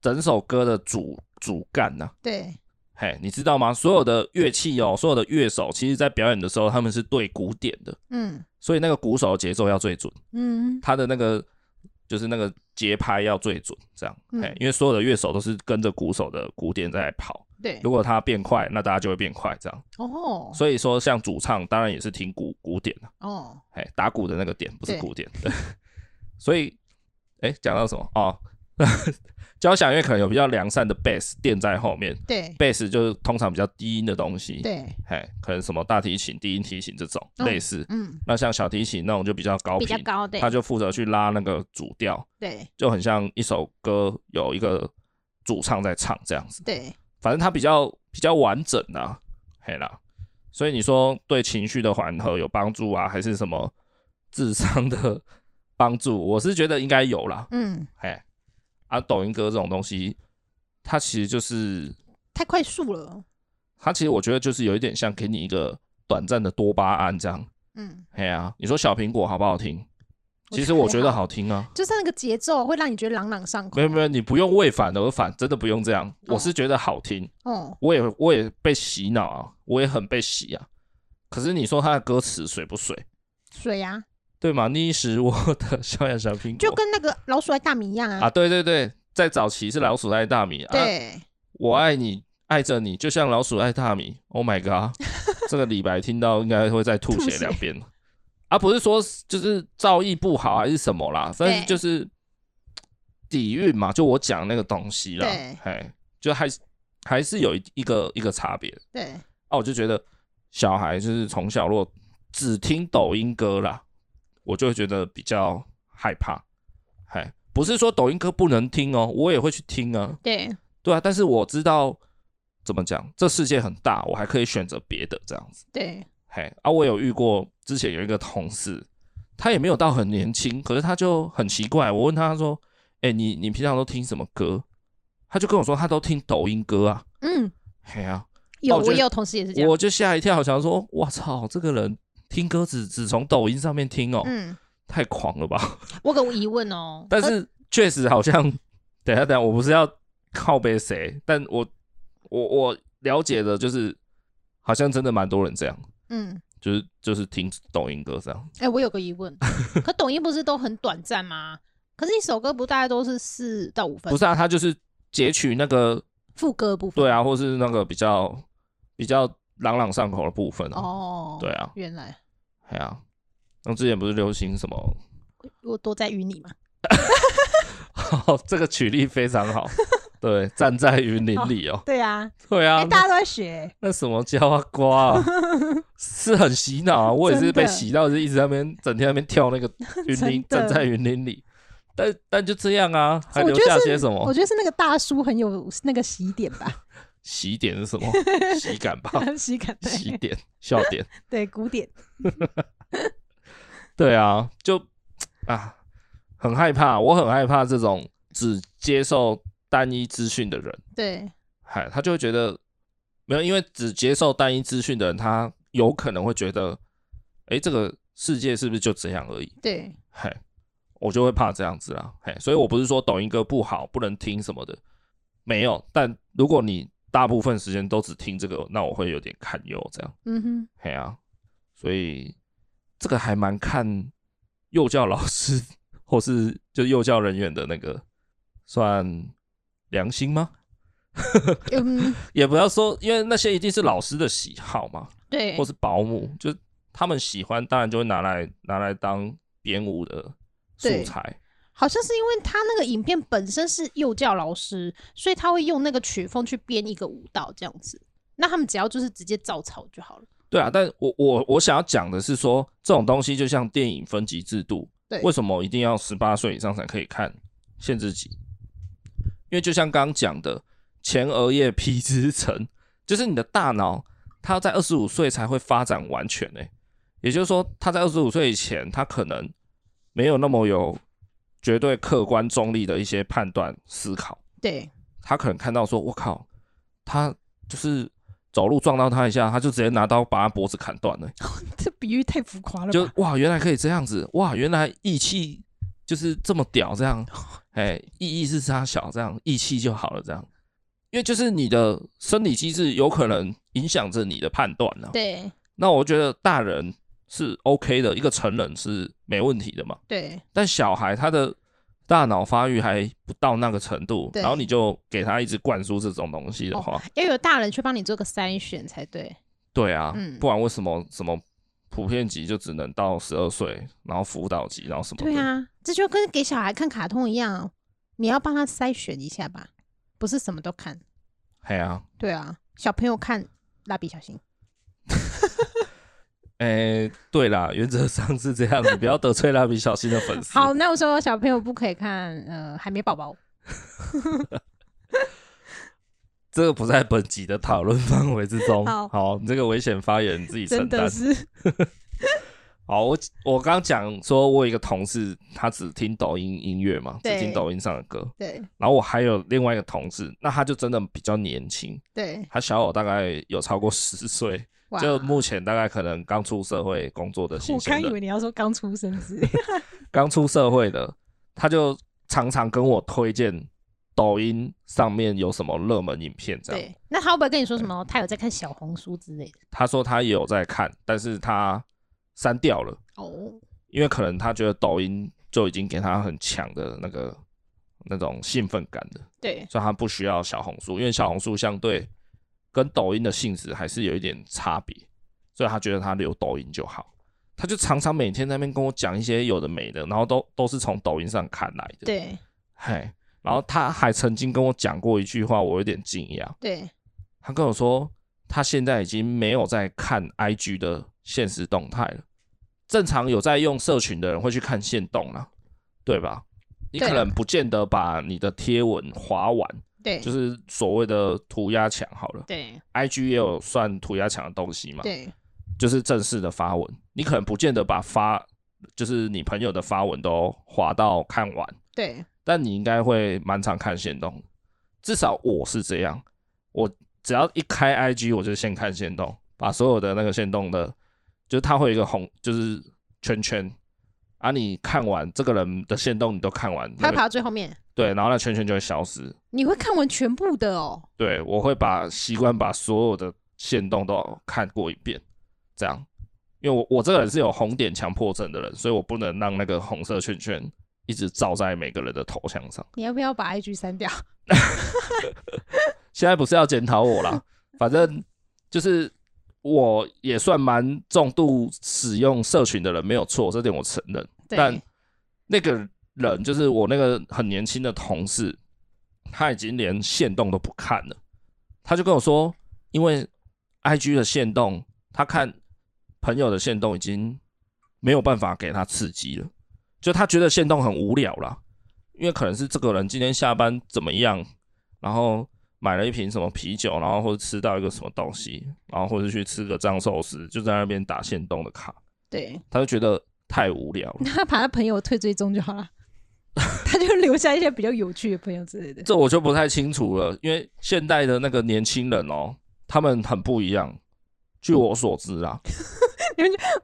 Speaker 1: 整首歌的主主干呐、
Speaker 2: 对
Speaker 1: 嘿，你知道吗？所有的乐器哦，所有的乐手，其实在表演的时候，他们是对鼓点的，
Speaker 2: 嗯
Speaker 1: 所以那个鼓手的节奏要最准，
Speaker 2: 嗯，
Speaker 1: 他的那个就是那个节拍要最准，这样，
Speaker 2: 嗯
Speaker 1: 嘿，因为所有的乐手都是跟着鼓手的鼓点在跑，
Speaker 2: 对
Speaker 1: 如果他变快，那大家就会变快，这样。
Speaker 2: 哦
Speaker 1: 所以说，像主唱当然也是听鼓鼓点啊的，
Speaker 2: 哦，
Speaker 1: 嘿，打鼓的那个点不是
Speaker 2: 对
Speaker 1: 鼓点，对。所以，哎，讲到什么？哦， 交响乐可能有比较良善的 bass 垫在后面
Speaker 2: 对
Speaker 1: ，bass 就是通常比较低音的东西，
Speaker 2: 对，
Speaker 1: 嘿，可能什么大提琴、低音提琴这种、
Speaker 2: 嗯
Speaker 1: 类似。
Speaker 2: 嗯，
Speaker 1: 那像小提琴那种就比较高
Speaker 2: 比
Speaker 1: 频，
Speaker 2: 较高对
Speaker 1: 他就负责去拉那个主调，
Speaker 2: 对
Speaker 1: 就很像一首歌有一个主唱在唱这样子。
Speaker 2: 对
Speaker 1: 反正它比较比较完整啊，嘿啦。所以你说对情绪的缓和有帮助啊，还是什么智商的帮助？我是觉得应该有啦，
Speaker 2: 嗯，
Speaker 1: 哎，啊，抖音哥这种东西，它其实就是
Speaker 2: 太快速了，哦
Speaker 1: 它其实我觉得就是有一点像给你一个短暂的多巴胺这样。
Speaker 2: 嗯，
Speaker 1: 哎呀、你说小苹果好不好听？
Speaker 2: 我
Speaker 1: 其
Speaker 2: 觉
Speaker 1: 实
Speaker 2: 得
Speaker 1: 我
Speaker 2: 还
Speaker 1: 觉得
Speaker 2: 好
Speaker 1: 好听啊。
Speaker 2: 就是那个节奏会让你觉得朗朗上口
Speaker 1: 没有。没有，你不用为反而反，真的不用这样。我
Speaker 2: 哦
Speaker 1: 是觉得好听，
Speaker 2: 哦，
Speaker 1: 我也我也被洗脑啊，我也很被洗啊。可是你说他的歌词水不水？
Speaker 2: 水啊呀，
Speaker 1: 对吗？你是我的小眼小苹果，
Speaker 2: 就跟那个老鼠爱大米一样
Speaker 1: 啊，
Speaker 2: 啊。
Speaker 1: 对对对，在早期是老鼠爱大米，啊，
Speaker 2: 对，
Speaker 1: 我爱你，爱着你，就像老鼠爱大米。Oh my god，这个李白听到应该会再吐
Speaker 2: 吐
Speaker 1: 血
Speaker 2: 血
Speaker 1: 两遍。啊，不是说就是造诣不好还是什么啦，但是
Speaker 2: 对
Speaker 1: 就是底蕴嘛，就我讲那个东西啦
Speaker 2: 对，
Speaker 1: 哎，就还是还是有一一个一个差别。
Speaker 2: 对，
Speaker 1: 啊，我就觉得小孩就是从小如果只听抖音歌啦，我就会觉得比较害怕。哎，不是说抖音歌不能听哦，我也会去听啊，
Speaker 2: 对，
Speaker 1: 对啊，但是我知道怎么讲，这世界很大，我还可以选择别的这样子。
Speaker 2: 对，
Speaker 1: 嘿，啊，我有遇过，之前有一个同事，他也没有到很年轻，可是他就很奇怪。我问他说：“哎、你你平常都听什么歌？”他就跟我说他都听抖音歌啊。
Speaker 2: 嗯，
Speaker 1: 嘿啊，
Speaker 2: 有，
Speaker 1: 我觉
Speaker 2: 我
Speaker 1: 得
Speaker 2: 也有同事也是这样
Speaker 1: 我。就吓一跳，想说：“我操，这个人听歌只只从抖音上面听哦，
Speaker 2: 嗯，
Speaker 1: 太狂了吧！
Speaker 2: 我有个疑问哦
Speaker 1: 但
Speaker 2: 呃
Speaker 1: 是确实好像，等一下等一下，我不是要靠背谁，但我我我了解的就是，好像真的蛮多人这样，
Speaker 2: 嗯，
Speaker 1: 就是就是听抖音歌这样。
Speaker 2: 哎、我有个疑 问，可抖音不是都很短暂吗？可是一首歌不大概都是四到五分
Speaker 1: 不，是啊，他就是截取那个
Speaker 2: 副歌的部分。
Speaker 1: 对啊，或是那个比较比较朗朗上口的部分啊。
Speaker 2: 哦，
Speaker 1: 对啊，
Speaker 2: 原来
Speaker 1: 哎呀、那之前不是流行什么？
Speaker 2: 我都在于你嘛。
Speaker 1: 这个举例非常 好，对，站在云林里哦，
Speaker 2: 对啊，
Speaker 1: 对啊，
Speaker 2: 家都在学，
Speaker 1: 那什么叫啊瓜、啊，是很洗脑啊！我也是被
Speaker 2: 真的
Speaker 1: 洗到，就一直在那边整天在那边跳那个云林，
Speaker 2: 真的
Speaker 1: 站在云林里。但但就这样啊，还
Speaker 2: 我
Speaker 1: 留
Speaker 2: 觉得
Speaker 1: 下
Speaker 2: 是
Speaker 1: 些什么
Speaker 2: 我？觉得是那个大叔很有那个喜点 吧，
Speaker 1: 洗点是什 么？洗感吧，
Speaker 2: 喜感
Speaker 1: 洗
Speaker 2: 对
Speaker 1: 点笑点。
Speaker 2: 对古典，
Speaker 1: 对啊，就啊，很害怕，我很害怕这种只接受单一资讯的人。
Speaker 2: 对
Speaker 1: 嗨，他就会觉得没有，因为只接受单一资讯的人，他有可能会觉得，哎，这个世界是不是就这样而已？
Speaker 2: 对
Speaker 1: 嘿，我就会怕这样子啊，嘿，所以我不是说抖音歌不好，不能听什么的，没有。但如果你大部分时间都只听这个，那我会有点堪忧，这样，
Speaker 2: 嗯哼，
Speaker 1: 嘿啊，所以这个还蛮看幼教老师 或是就幼教人员的那个算良心吗？
Speaker 2: 嗯，
Speaker 1: 也不要说，因为那些一定是老师的喜好嘛，
Speaker 2: 对
Speaker 1: 或是保姆，就是他们喜欢，当然就会拿来拿来当编舞的素
Speaker 2: 对
Speaker 1: 材。
Speaker 2: 好像是因为他那个影片本身是幼教老师，所以他会用那个曲风去编一个舞蹈这样子。那他们只要就是直接照抄就好了。
Speaker 1: 对啊，但我我我想要讲的是说，这种东西就像电影分级制度，
Speaker 2: 对
Speaker 1: 为什么一定要十八岁以上才可以看限制级？因为就像刚刚讲的，前额叶皮质层，就是你的大脑，它在二十五岁才会发展完全诶、也就是说，它在二十五岁以前，它可能没有那么有绝对客观中立的一些判断思考。
Speaker 2: 对
Speaker 1: 他可能看到说，我靠，他就是走路撞到他一下，他就直接拿刀把他脖子砍 断了，
Speaker 2: 这比喻太浮夸了吧？
Speaker 1: 就哇，原来可以这样子，哇，原来义气就是这么屌，这 样，哎，意义是差小，这样义气就好了，这样，因为就是你的生理机制有可能影响着你的判断呢、
Speaker 2: 对
Speaker 1: 那我觉得大人是 OK 的，一个成人是没问题的嘛，
Speaker 2: 对
Speaker 1: 但小孩他的大脑发育还不到那个程度，
Speaker 2: 对
Speaker 1: 然后你就给他一直灌输这种东西的话，
Speaker 2: 要有大人去帮你做个筛选才对。
Speaker 1: 对啊，
Speaker 2: 嗯
Speaker 1: 不然为什么什么普遍级就只能到十二岁，然后辅导级，然后什么的？
Speaker 2: 对啊，这就跟给小孩看卡通一样，你要帮他筛选一下吧，不是什么都看。
Speaker 1: 嘿啊，
Speaker 2: 对啊，小朋友看蜡笔小新，
Speaker 1: 诶、对啦， 原则上是这样，你不要得罪蜡笔小新的粉丝。
Speaker 2: 好，那我说小朋友不可以看呃海绵宝宝。
Speaker 1: 这个不在本集的讨论范围之中。
Speaker 2: 好
Speaker 1: 你这个危险发言你自己承担。
Speaker 2: 是，
Speaker 1: 好好，我我刚讲说，我有一个同事，他只听抖音音乐嘛，只
Speaker 2: 对
Speaker 1: 听抖音上的歌。
Speaker 2: 对
Speaker 1: 然后我还有另外一个同事，那他就真的比较年轻，
Speaker 2: 对，
Speaker 1: 他小我大概有超过十岁，
Speaker 2: 哇
Speaker 1: 就目前大概可能刚出社会工作的新
Speaker 2: 我
Speaker 1: 鲜
Speaker 2: 刚以
Speaker 1: 人，
Speaker 2: 为你要说刚出生之类，
Speaker 1: 刚出社会的，他就常常跟我推荐抖音上面有什么热门影片这样。
Speaker 2: 对。那他会不会跟你说什么？他有在看小红书之类的？
Speaker 1: 他说他也有在看，但是他删掉了，
Speaker 2: 哦，
Speaker 1: 因为可能他觉得抖音就已经给他很强的那个那种兴奋感的，
Speaker 2: 对
Speaker 1: 所以他不需要小红书，因为小红书相对跟抖音的性质还是有一点差别，所以他觉得他留抖音就好。他就常常每天在那边跟我讲一些有的没的，然后都都是从抖音上看来的。，
Speaker 2: 对
Speaker 1: 嘿，然后他还曾经跟我讲过一句话，我有点惊讶。
Speaker 2: 对，
Speaker 1: 他跟我说，他现在已经没有在看 IG 的现实动态了。正常有在用社群的人会去看现动啦，对吧？你
Speaker 2: 对
Speaker 1: 可
Speaker 2: 啊
Speaker 1: 能不见得把你的贴文划完，
Speaker 2: 对
Speaker 1: 就是所谓的涂鸦墙好了
Speaker 2: 对
Speaker 1: ，IG 也有算涂鸦墙的东西嘛，
Speaker 2: 嗯对
Speaker 1: 就是正式的发文，你可能不见得把发，就是你朋友的发文都划到看完，
Speaker 2: 对
Speaker 1: 但你应该会蛮常看线动，至少我是这样。我只要一开 IG，我就先看线动，把所有的那个线动的，就是它会有一个红，就是圈圈啊，你看完这个人的线动，你都看完，
Speaker 2: 他
Speaker 1: 那
Speaker 2: 会
Speaker 1: 个
Speaker 2: 跑到最后面，
Speaker 1: 对，然后那圈圈就会消失。
Speaker 2: 你会看完全部的哦。
Speaker 1: 对，我会把习惯把所有的线动都看过一遍，这样，因为我我这个人是有红点强迫症的人，所以我不能让那个红色圈圈一直照在每个人的头像上。
Speaker 2: 你要不要把 IG 删掉？
Speaker 1: 现在不是要检讨我啦，反正就是我也算蛮重度使用社群的人，没有错，这点我承认。
Speaker 2: 对
Speaker 1: 但那个人就是我那个很年轻的同事，他已经连线动都不看了，他就跟我说，因为 I G 的线动，他看朋友的线动已经没有办法给他刺激了，就他觉得线动很无聊啦，因为可能是这个人今天下班怎么样，然后买了一瓶什么啤酒，然后或者吃到一个什么东西，然后或者去吃个藏寿司，就在那边打线动的卡，
Speaker 2: 对，
Speaker 1: 他就觉得太无聊了。
Speaker 2: 那他把他朋友退追踪就好 了，他就留下一些比较有趣的朋友之类的。
Speaker 1: 这我就不太清楚了，因为现代的那个年轻人哦，他们很不一样。据
Speaker 2: 嗯
Speaker 1: 我所知啊，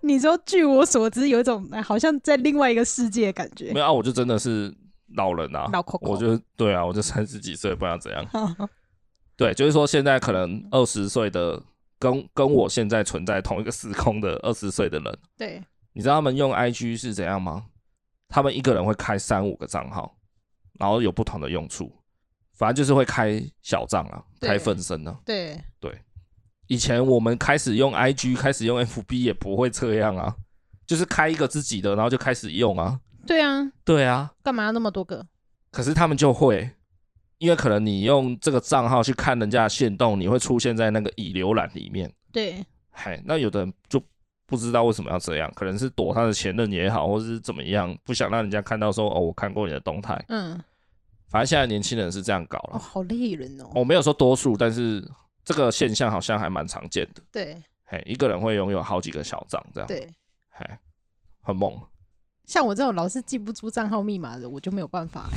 Speaker 2: 你说，据我所知，有一种哎好像在另外一个世界的感觉
Speaker 1: 没。有啊，我就真的是老人啊，
Speaker 2: 老 Coco
Speaker 1: 我就对啊，我就三十几岁，不然怎样？
Speaker 2: 哦
Speaker 1: 对，就是说现在可能二十岁的跟跟我现在存在同一个时空的二十岁的人，
Speaker 2: 对，
Speaker 1: 你知道他们用 IG 是怎样吗？他们一个人会开三五个账号，然后有不同的用处，反正就是会开小账啊，
Speaker 2: 对
Speaker 1: 开分身啊。
Speaker 2: 对，
Speaker 1: 以前我们开始用 IG，开始用 FB 也不会这样啊，就是开一个自己的，然后就开始用啊。
Speaker 2: 对啊，
Speaker 1: 对啊，
Speaker 2: 干嘛要那么多个？
Speaker 1: 可是他们就会，因为可能你用这个账号去看人家的限动，你会出现在那个已浏览里面。
Speaker 2: 对，
Speaker 1: 嗨，那有的人就不知道为什么要这样，可能是躲他的前任也好，或是怎么样，不想让人家看到说哦，我看过你的动态。
Speaker 2: 嗯，
Speaker 1: 反正现在年轻人是这样搞
Speaker 2: 哦，
Speaker 1: 了，
Speaker 2: 好累人哦。
Speaker 1: 我没有说多数，但是这个现象好像还蛮常见的。
Speaker 2: 对
Speaker 1: 嘿，一个人会拥有好几个小账这样。
Speaker 2: 对，
Speaker 1: 哎，很猛。
Speaker 2: 哦像我这种老是记不住账号密码的，我就没有办法。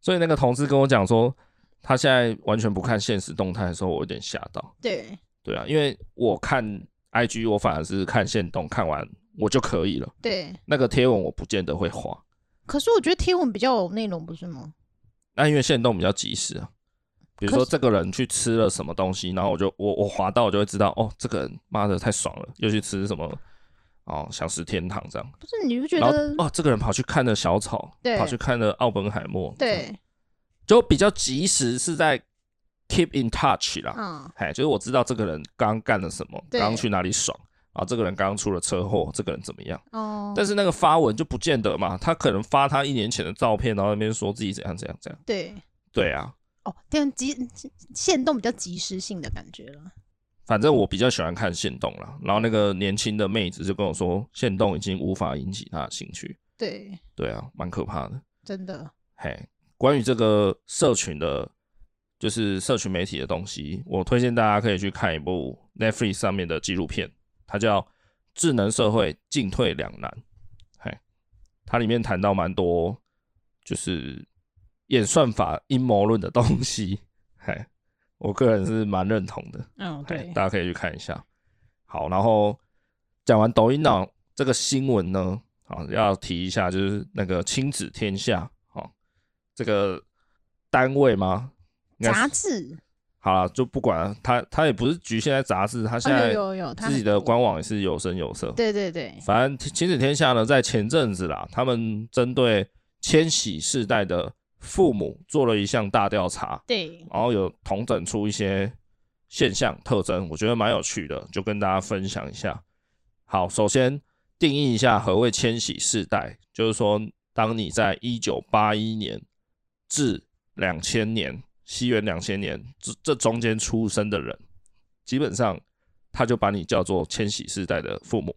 Speaker 1: 所以那个同事跟我讲说，他现在完全不看现实动态的时候，我有点吓到。
Speaker 2: 对
Speaker 1: 对啊，因为我看 IG，我反而是看现动，看完我就可以了。
Speaker 2: 对，
Speaker 1: 那个贴文我不见得会滑，
Speaker 2: 可是我觉得贴文比较有内容，不是吗？
Speaker 1: 那因为现动比较及时啊。比如说
Speaker 2: 可是
Speaker 1: 这个人去吃了什么东西，然后我就我我滑到我就会知道，哦，这个人妈的太爽了，又去吃什么哦想吃天堂这样。
Speaker 2: 不是，你不觉
Speaker 1: 然后
Speaker 2: 得？
Speaker 1: 哦，这个人跑去看了小丑，
Speaker 2: 对
Speaker 1: 跑去看了奥本海默，这样
Speaker 2: 对，
Speaker 1: 就比较及时是在 keep in touch 啦，
Speaker 2: 嗯，
Speaker 1: 哎、就是我知道这个人刚刚干了什么，
Speaker 2: 对
Speaker 1: 刚刚去哪里爽，啊，这个人刚刚出了车祸，这个人怎么样？
Speaker 2: 哦，
Speaker 1: 但是那个发文就不见得嘛，他可能发他一年前的照片，然后那边说自己怎样怎样怎样，
Speaker 2: 对，
Speaker 1: 对啊，
Speaker 2: 哦，这样及限动比较及时性的感觉了。
Speaker 1: 反正我比较喜欢看线动啦。然后那个年轻的妹子就跟我说，线动已经无法引起她的兴趣，
Speaker 2: 对，
Speaker 1: 对啊，蛮可怕的。
Speaker 2: 真的，
Speaker 1: 嘿，关于这个社群的，就是社群媒体的东西，我推荐大家可以去看一部 Netflix 上面的纪录片，它叫《智能社会进退两难。嘿，它里面谈到蛮多就是演算法阴谋论的东西。嘿，我个人是蛮认同的。
Speaker 2: 嗯，
Speaker 1: 嘿
Speaker 2: 对，
Speaker 1: 大家可以去看一下。好，然后讲完抖音脑这个新闻呢，啊，要提一下就是那个亲子天下，好、这个单位吗？应该是
Speaker 2: 杂志，
Speaker 1: 好了，就不管了，他他也不是局限在杂志，他现
Speaker 2: 哦有
Speaker 1: 在
Speaker 2: 有有，它
Speaker 1: 自己
Speaker 2: 很
Speaker 1: 的
Speaker 2: 多，
Speaker 1: 官网也是有声有色。
Speaker 2: 对对对，
Speaker 1: 反正亲子天下呢，在前阵子啦，他们针对千禧世代的父母做了一项大调查，
Speaker 2: 对，
Speaker 1: 然后有统整出一些现象特征，我觉得蛮有趣的，就跟大家分享一下。好，首先定义一下何谓千禧世代，就是说，当你在一九八一年至两千年（西元两千年）这这中间出生的人，基本上他就把你叫做千禧世代的父母。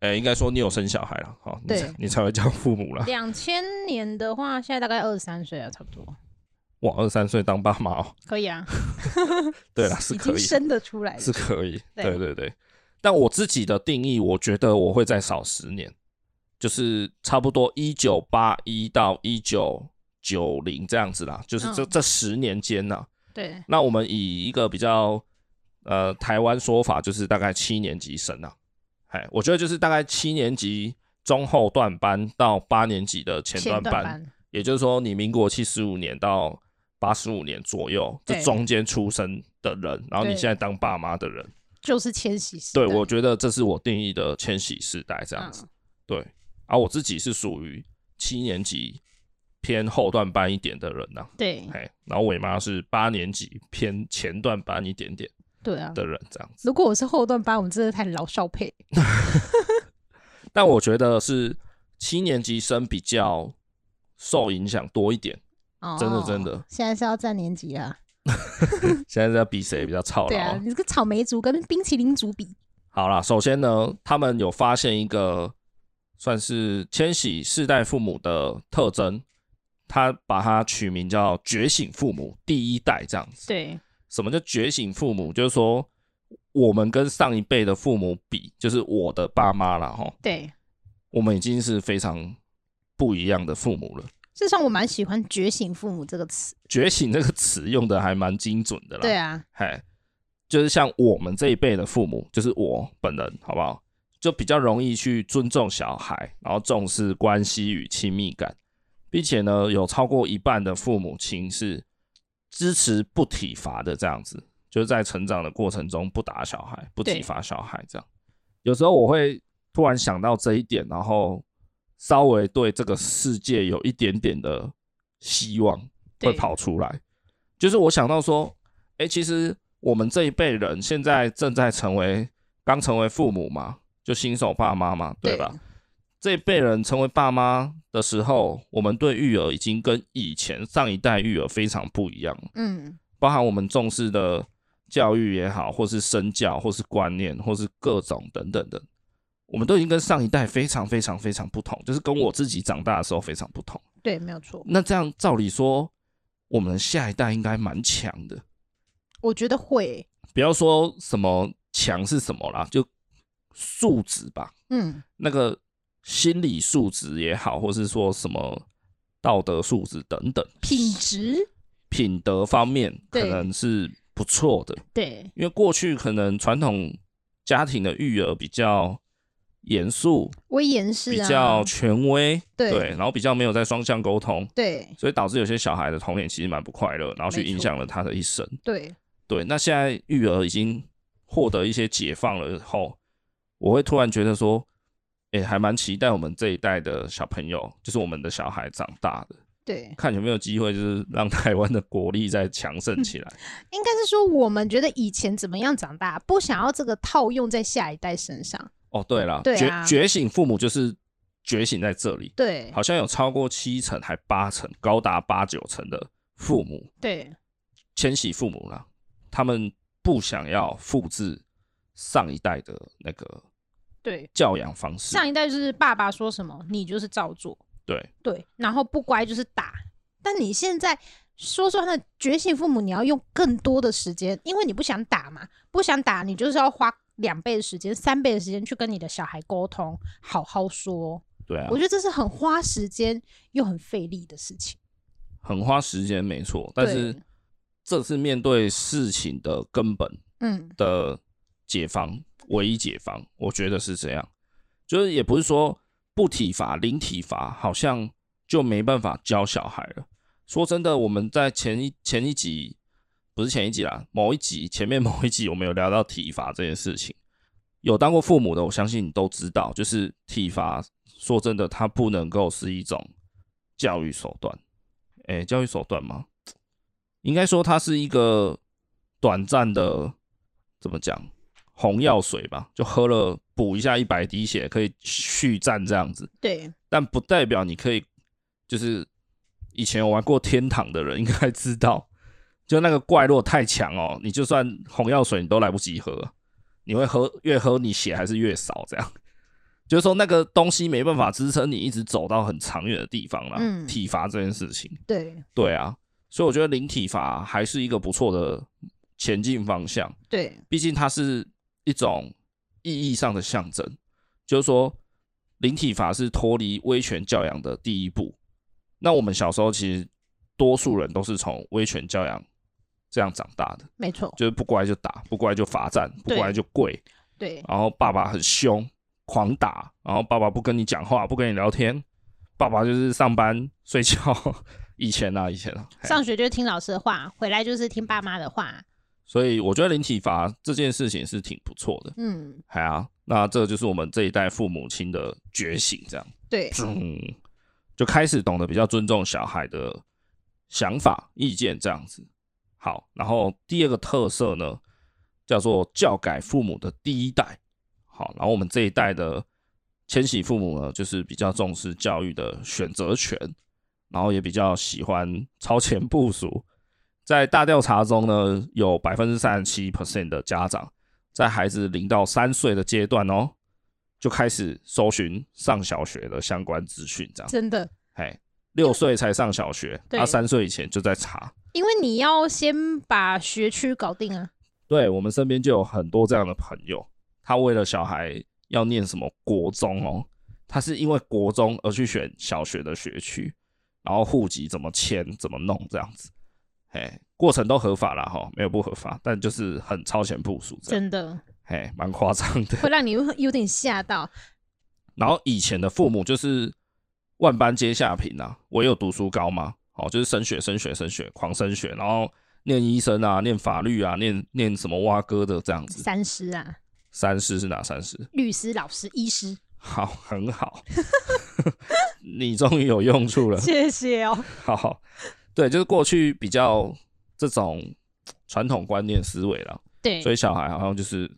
Speaker 1: 哎，应该说你有生小孩了，好，你
Speaker 2: 对
Speaker 1: 才你才会叫父母了。
Speaker 2: 两千年的话，现在大概二十三岁了，差不多，
Speaker 1: 哇，二三岁当爸妈哦，
Speaker 2: 可以啊，
Speaker 1: 对啊 啦，是
Speaker 2: 已
Speaker 1: 可以
Speaker 2: 经
Speaker 1: 的。
Speaker 2: 生得出来了，
Speaker 1: 是可以，
Speaker 2: 对
Speaker 1: 对对对。但我自己的定义，我觉得我会再少十年，就是差不多一九八一到一九九零这样子啦，就是这、
Speaker 2: 嗯
Speaker 1: 这十年间呐、
Speaker 2: 对，
Speaker 1: 那我们以一个比较呃台湾说法，就是大概七年级生啊，哎，我觉得就是大概七年级中后段班到八年级的前
Speaker 2: 前
Speaker 1: 段
Speaker 2: 段
Speaker 1: 班，
Speaker 2: 班，
Speaker 1: 也就是说，你民国七十五年到八十五年左右，这
Speaker 2: 对
Speaker 1: 中间出生的人，然后你
Speaker 2: 对
Speaker 1: 现在当爸妈的人。
Speaker 2: 就是千禧世代，
Speaker 1: 对，我觉得这是我定义的千禧世代这样子。
Speaker 2: 嗯
Speaker 1: 对，啊，我自己是属于七年级偏后段班一点的人呐、
Speaker 2: 对
Speaker 1: 哎，然后伟妈是八年级偏前段班一点点
Speaker 2: 对啊。
Speaker 1: 的人这样子。
Speaker 2: 如果我是后段班，我们真的太老少配。
Speaker 1: 但我觉得是七年级生比较受影响多一点。
Speaker 2: 哦
Speaker 1: 真的真的，
Speaker 2: 现在是要占年级啊。
Speaker 1: 现在在比谁比较操
Speaker 2: 对
Speaker 1: 劳、
Speaker 2: 啊，你这个草莓族跟冰淇淋族比，
Speaker 1: 好啦，首先呢，他们有发现一个算是千禧世代父母的特征，他把它取名叫“觉醒父母第一代”这样子。
Speaker 2: 对
Speaker 1: 什么叫觉醒父母？就是说我们跟上一辈的父母比，就是我的爸妈啦，哈，
Speaker 2: 对。
Speaker 1: 我们已经是非常不一样的父母了。
Speaker 2: 事实上，我蛮喜欢“觉醒父母”这个词。
Speaker 1: 觉醒这个词用的还蛮精准的啦。
Speaker 2: 对啊，
Speaker 1: 嗨，就是像我们这一辈的父母，就是我本人，好不好？就比较容易去尊重小孩，然后重视关系与亲密感，并且呢，有超过一半的父母亲是支持不体罚的，这样子，就是在成长的过程中不打小孩、不体
Speaker 2: 对
Speaker 1: 罚小孩这样。有时候我会突然想到这一点，然后稍微对这个世界有一点点的希望会
Speaker 2: 对
Speaker 1: 跑出来。就是我想到说，哎、其实我们这一辈人现在正在成为刚成为父母嘛，就新手爸妈嘛，对吧？这一辈人成为爸妈的时候，我们对育儿已经跟以前上一代育儿非常不一样了，
Speaker 2: 嗯，
Speaker 1: 包含我们重视的教育也好，或是身教，或是观念，或是各种等等的，我们都已经跟上一代非常非常非常不同，就是跟我自己长大的时候非常不同。
Speaker 2: 对，没有错。
Speaker 1: 那这样照理说，我们下一代应该蛮强的，
Speaker 2: 我觉得会，
Speaker 1: 不要说什么强是什么啦，就素质吧，
Speaker 2: 嗯，
Speaker 1: 那个心理素质也好，或是说什么道德素质等等，
Speaker 2: 品质，
Speaker 1: 品德方面可
Speaker 2: 对
Speaker 1: 能是不错的，
Speaker 2: 对
Speaker 1: 因为过去可能传统家庭的育儿比较严肃，
Speaker 2: 威严是
Speaker 1: 比
Speaker 2: 啊，
Speaker 1: 较权威，
Speaker 2: 对
Speaker 1: 然后比较没有在双向沟通，
Speaker 2: 对
Speaker 1: 所以导致有些小孩的童年其实蛮不快乐，然后去
Speaker 2: 没错
Speaker 1: 影响了他的一生。
Speaker 2: 对
Speaker 1: 对，那现在育儿已经获得一些解放了以后，我会突然觉得说，哎、还蛮期待我们这一代的小朋友，就是我们的小孩长大的，
Speaker 2: 对，
Speaker 1: 看有没有机会，就是让台湾的国力再强盛起来。
Speaker 2: 应该是说我们觉得以前怎么样长大，不想要这个套用在下一代身上。
Speaker 1: 哦，对了，
Speaker 2: 对
Speaker 1: 觉
Speaker 2: 啊
Speaker 1: 觉醒父母就是觉醒在这里，
Speaker 2: 对
Speaker 1: 好像有超过七成还八成，高达八九成的父母，
Speaker 2: 对
Speaker 1: 千禧父母啦，他们不想要复制上一代的那个
Speaker 2: 对，
Speaker 1: 教养方式，
Speaker 2: 上一代就是爸爸说什么，你就是照做。
Speaker 1: 对。
Speaker 2: 对，然后不乖就是打。但你现在说说他的觉醒父母，你要用更多的时间，因为你不想打嘛，不想打，你就是要花两倍的时间、三倍的时间去跟你的小孩沟通，好好说。
Speaker 1: 对啊
Speaker 2: 我，觉得这是很花时间又很费力的事情。
Speaker 1: 很花时间，没错，但是
Speaker 2: 对
Speaker 1: 这是面对事情的根本
Speaker 2: 嗯，
Speaker 1: 的解放，唯一解放，我觉得是这样。就是也不是说不体罚、零体罚，好像就没办法教小孩了。说真的，我们在前一前一集，不是前一集啦，某一集前面某一集，我们有聊到体罚这件事情。有当过父母的，我相信你都知道，就是体罚，说真的，它不能够是一种教育手段。诶、教育手段吗？应该说它是一个短暂的，怎么讲，红药水吧，就喝了补一下一百滴血，可以续战这样子。
Speaker 2: 对，
Speaker 1: 但不代表你可以，就是以前有玩过天堂的人应该知道，就那个怪落太强哦，你就算红药水你都来不及喝，你会喝越喝你血还是越少这样。就是说那个东西没办法支撑你一直走到很长远的地方啦。
Speaker 2: 嗯
Speaker 1: 体罚这件事情，
Speaker 2: 对，
Speaker 1: 对啊，所以我觉得零体罚还是一个不错的前进方向。
Speaker 2: 对，
Speaker 1: 毕竟它是一种意义上的象征，就是说，灵体法是脱离威权教养的第一步。那我们小时候其实多数人都是从威权教养这样长大的，
Speaker 2: 没错，
Speaker 1: 就是不乖就打，不乖就罚站，不
Speaker 2: 对
Speaker 1: 乖就跪，
Speaker 2: 对，
Speaker 1: 然后爸爸很凶，狂打，然后爸爸不跟你讲话，不跟你聊天，爸爸就是上班睡觉。 以前啊，以前啊，嘿
Speaker 2: 上学就是听老师的话，回来就是听爸妈的话。嗯
Speaker 1: 所以我觉得灵体罚这件事情是挺不错的。
Speaker 2: 嗯，
Speaker 1: 哎呀，那这就是我们这一代父母亲的觉醒，这样，
Speaker 2: 对，
Speaker 1: 嗯，就开始懂得比较尊重小孩的想法、意见这样子。好，然后第二个特色呢，叫做教改父母的第一代。好，然后我们这一代的千禧父母呢，就是比较重视教育的选择权，然后也比较喜欢超前部署。在大调查中呢，有百分之三十七 percent 的家长在孩子零到三岁的阶段哦，就开始搜寻上小学的相关资讯，这样。
Speaker 2: 真的，
Speaker 1: 哎，六岁才上小学，
Speaker 2: 对
Speaker 1: 他三岁以前就在查。
Speaker 2: 因为你要先把学区搞定啊。
Speaker 1: 对我们身边就有很多这样的朋友，他为了小孩要念什么国中哦，他是因为国中而去选小学的学区，然后户籍怎么迁怎么弄这样子，哎，过程都合法啦哈，没有不合法，但就是很超前部署这样，
Speaker 2: 真的
Speaker 1: 哎，蛮夸张的。
Speaker 2: 会让你有有点吓到。
Speaker 1: 然后以前的父母就是万般皆下品啊，唯有读书高嘛，哦，就是升学、升学、升学，狂升学，然后念医生啊，念法律啊，念念什么蛙哥的这样子。
Speaker 2: 三师啊，
Speaker 1: 三师是哪三师？
Speaker 2: 律师、老师、医师，
Speaker 1: 好，很好，你终于有用处了。
Speaker 2: 谢谢哦。
Speaker 1: 好，对，就是过去比较这种传统观念思维啦，
Speaker 2: 对
Speaker 1: 所以小孩好像就是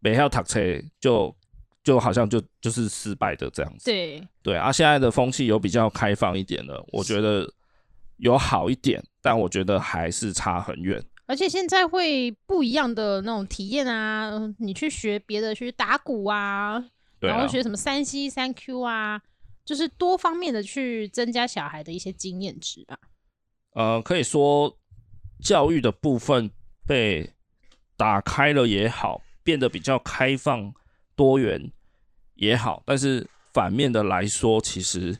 Speaker 1: 没要读册就就好像就就是失败的这样子。
Speaker 2: 对
Speaker 1: 对啊，现在的风气有比较开放一点了，我觉得有好一点，但我觉得还是差很远。
Speaker 2: 而且现在会不一样的那种体验啊，嗯你去学别的，去打鼓啊，
Speaker 1: 对
Speaker 2: 然
Speaker 1: 啊
Speaker 2: 后，学什么三 C、三 Q 啊，就是多方面的去增加小孩的一些经验值吧。
Speaker 1: 呃，可以说教育的部分被打开了也好，变得比较开放多元也好，但是反面的来说，其实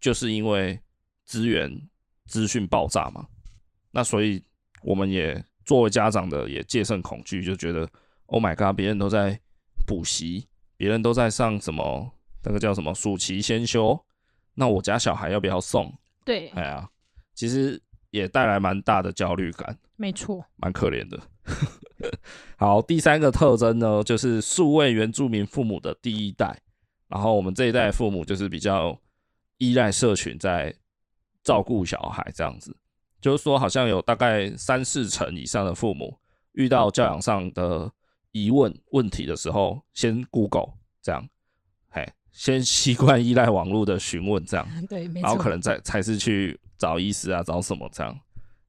Speaker 1: 就是因为资源资讯爆炸嘛，那所以我们也作为家长的也戒慎恐惧，就觉得 Oh my god，别人都在补习，别人都在上什么那个叫什么暑期先修，那我家小孩要不要送？
Speaker 2: 对，
Speaker 1: 哎呀，其实也带来蛮大的焦虑感，
Speaker 2: 没错，
Speaker 1: 蛮可怜的。 好，第三个特征呢，就是数位原住民父母的第一代，然后我们这一代父母就是比较依赖社群在照顾小孩这样子，就是说好像有大概三四成以上的父母遇到教养上的疑问问题的时候，先 Google 这样，嘿，先 习惯依赖网络的询问这样，
Speaker 2: 对，没
Speaker 1: 然后可能再才是去找医师啊，找什么这样，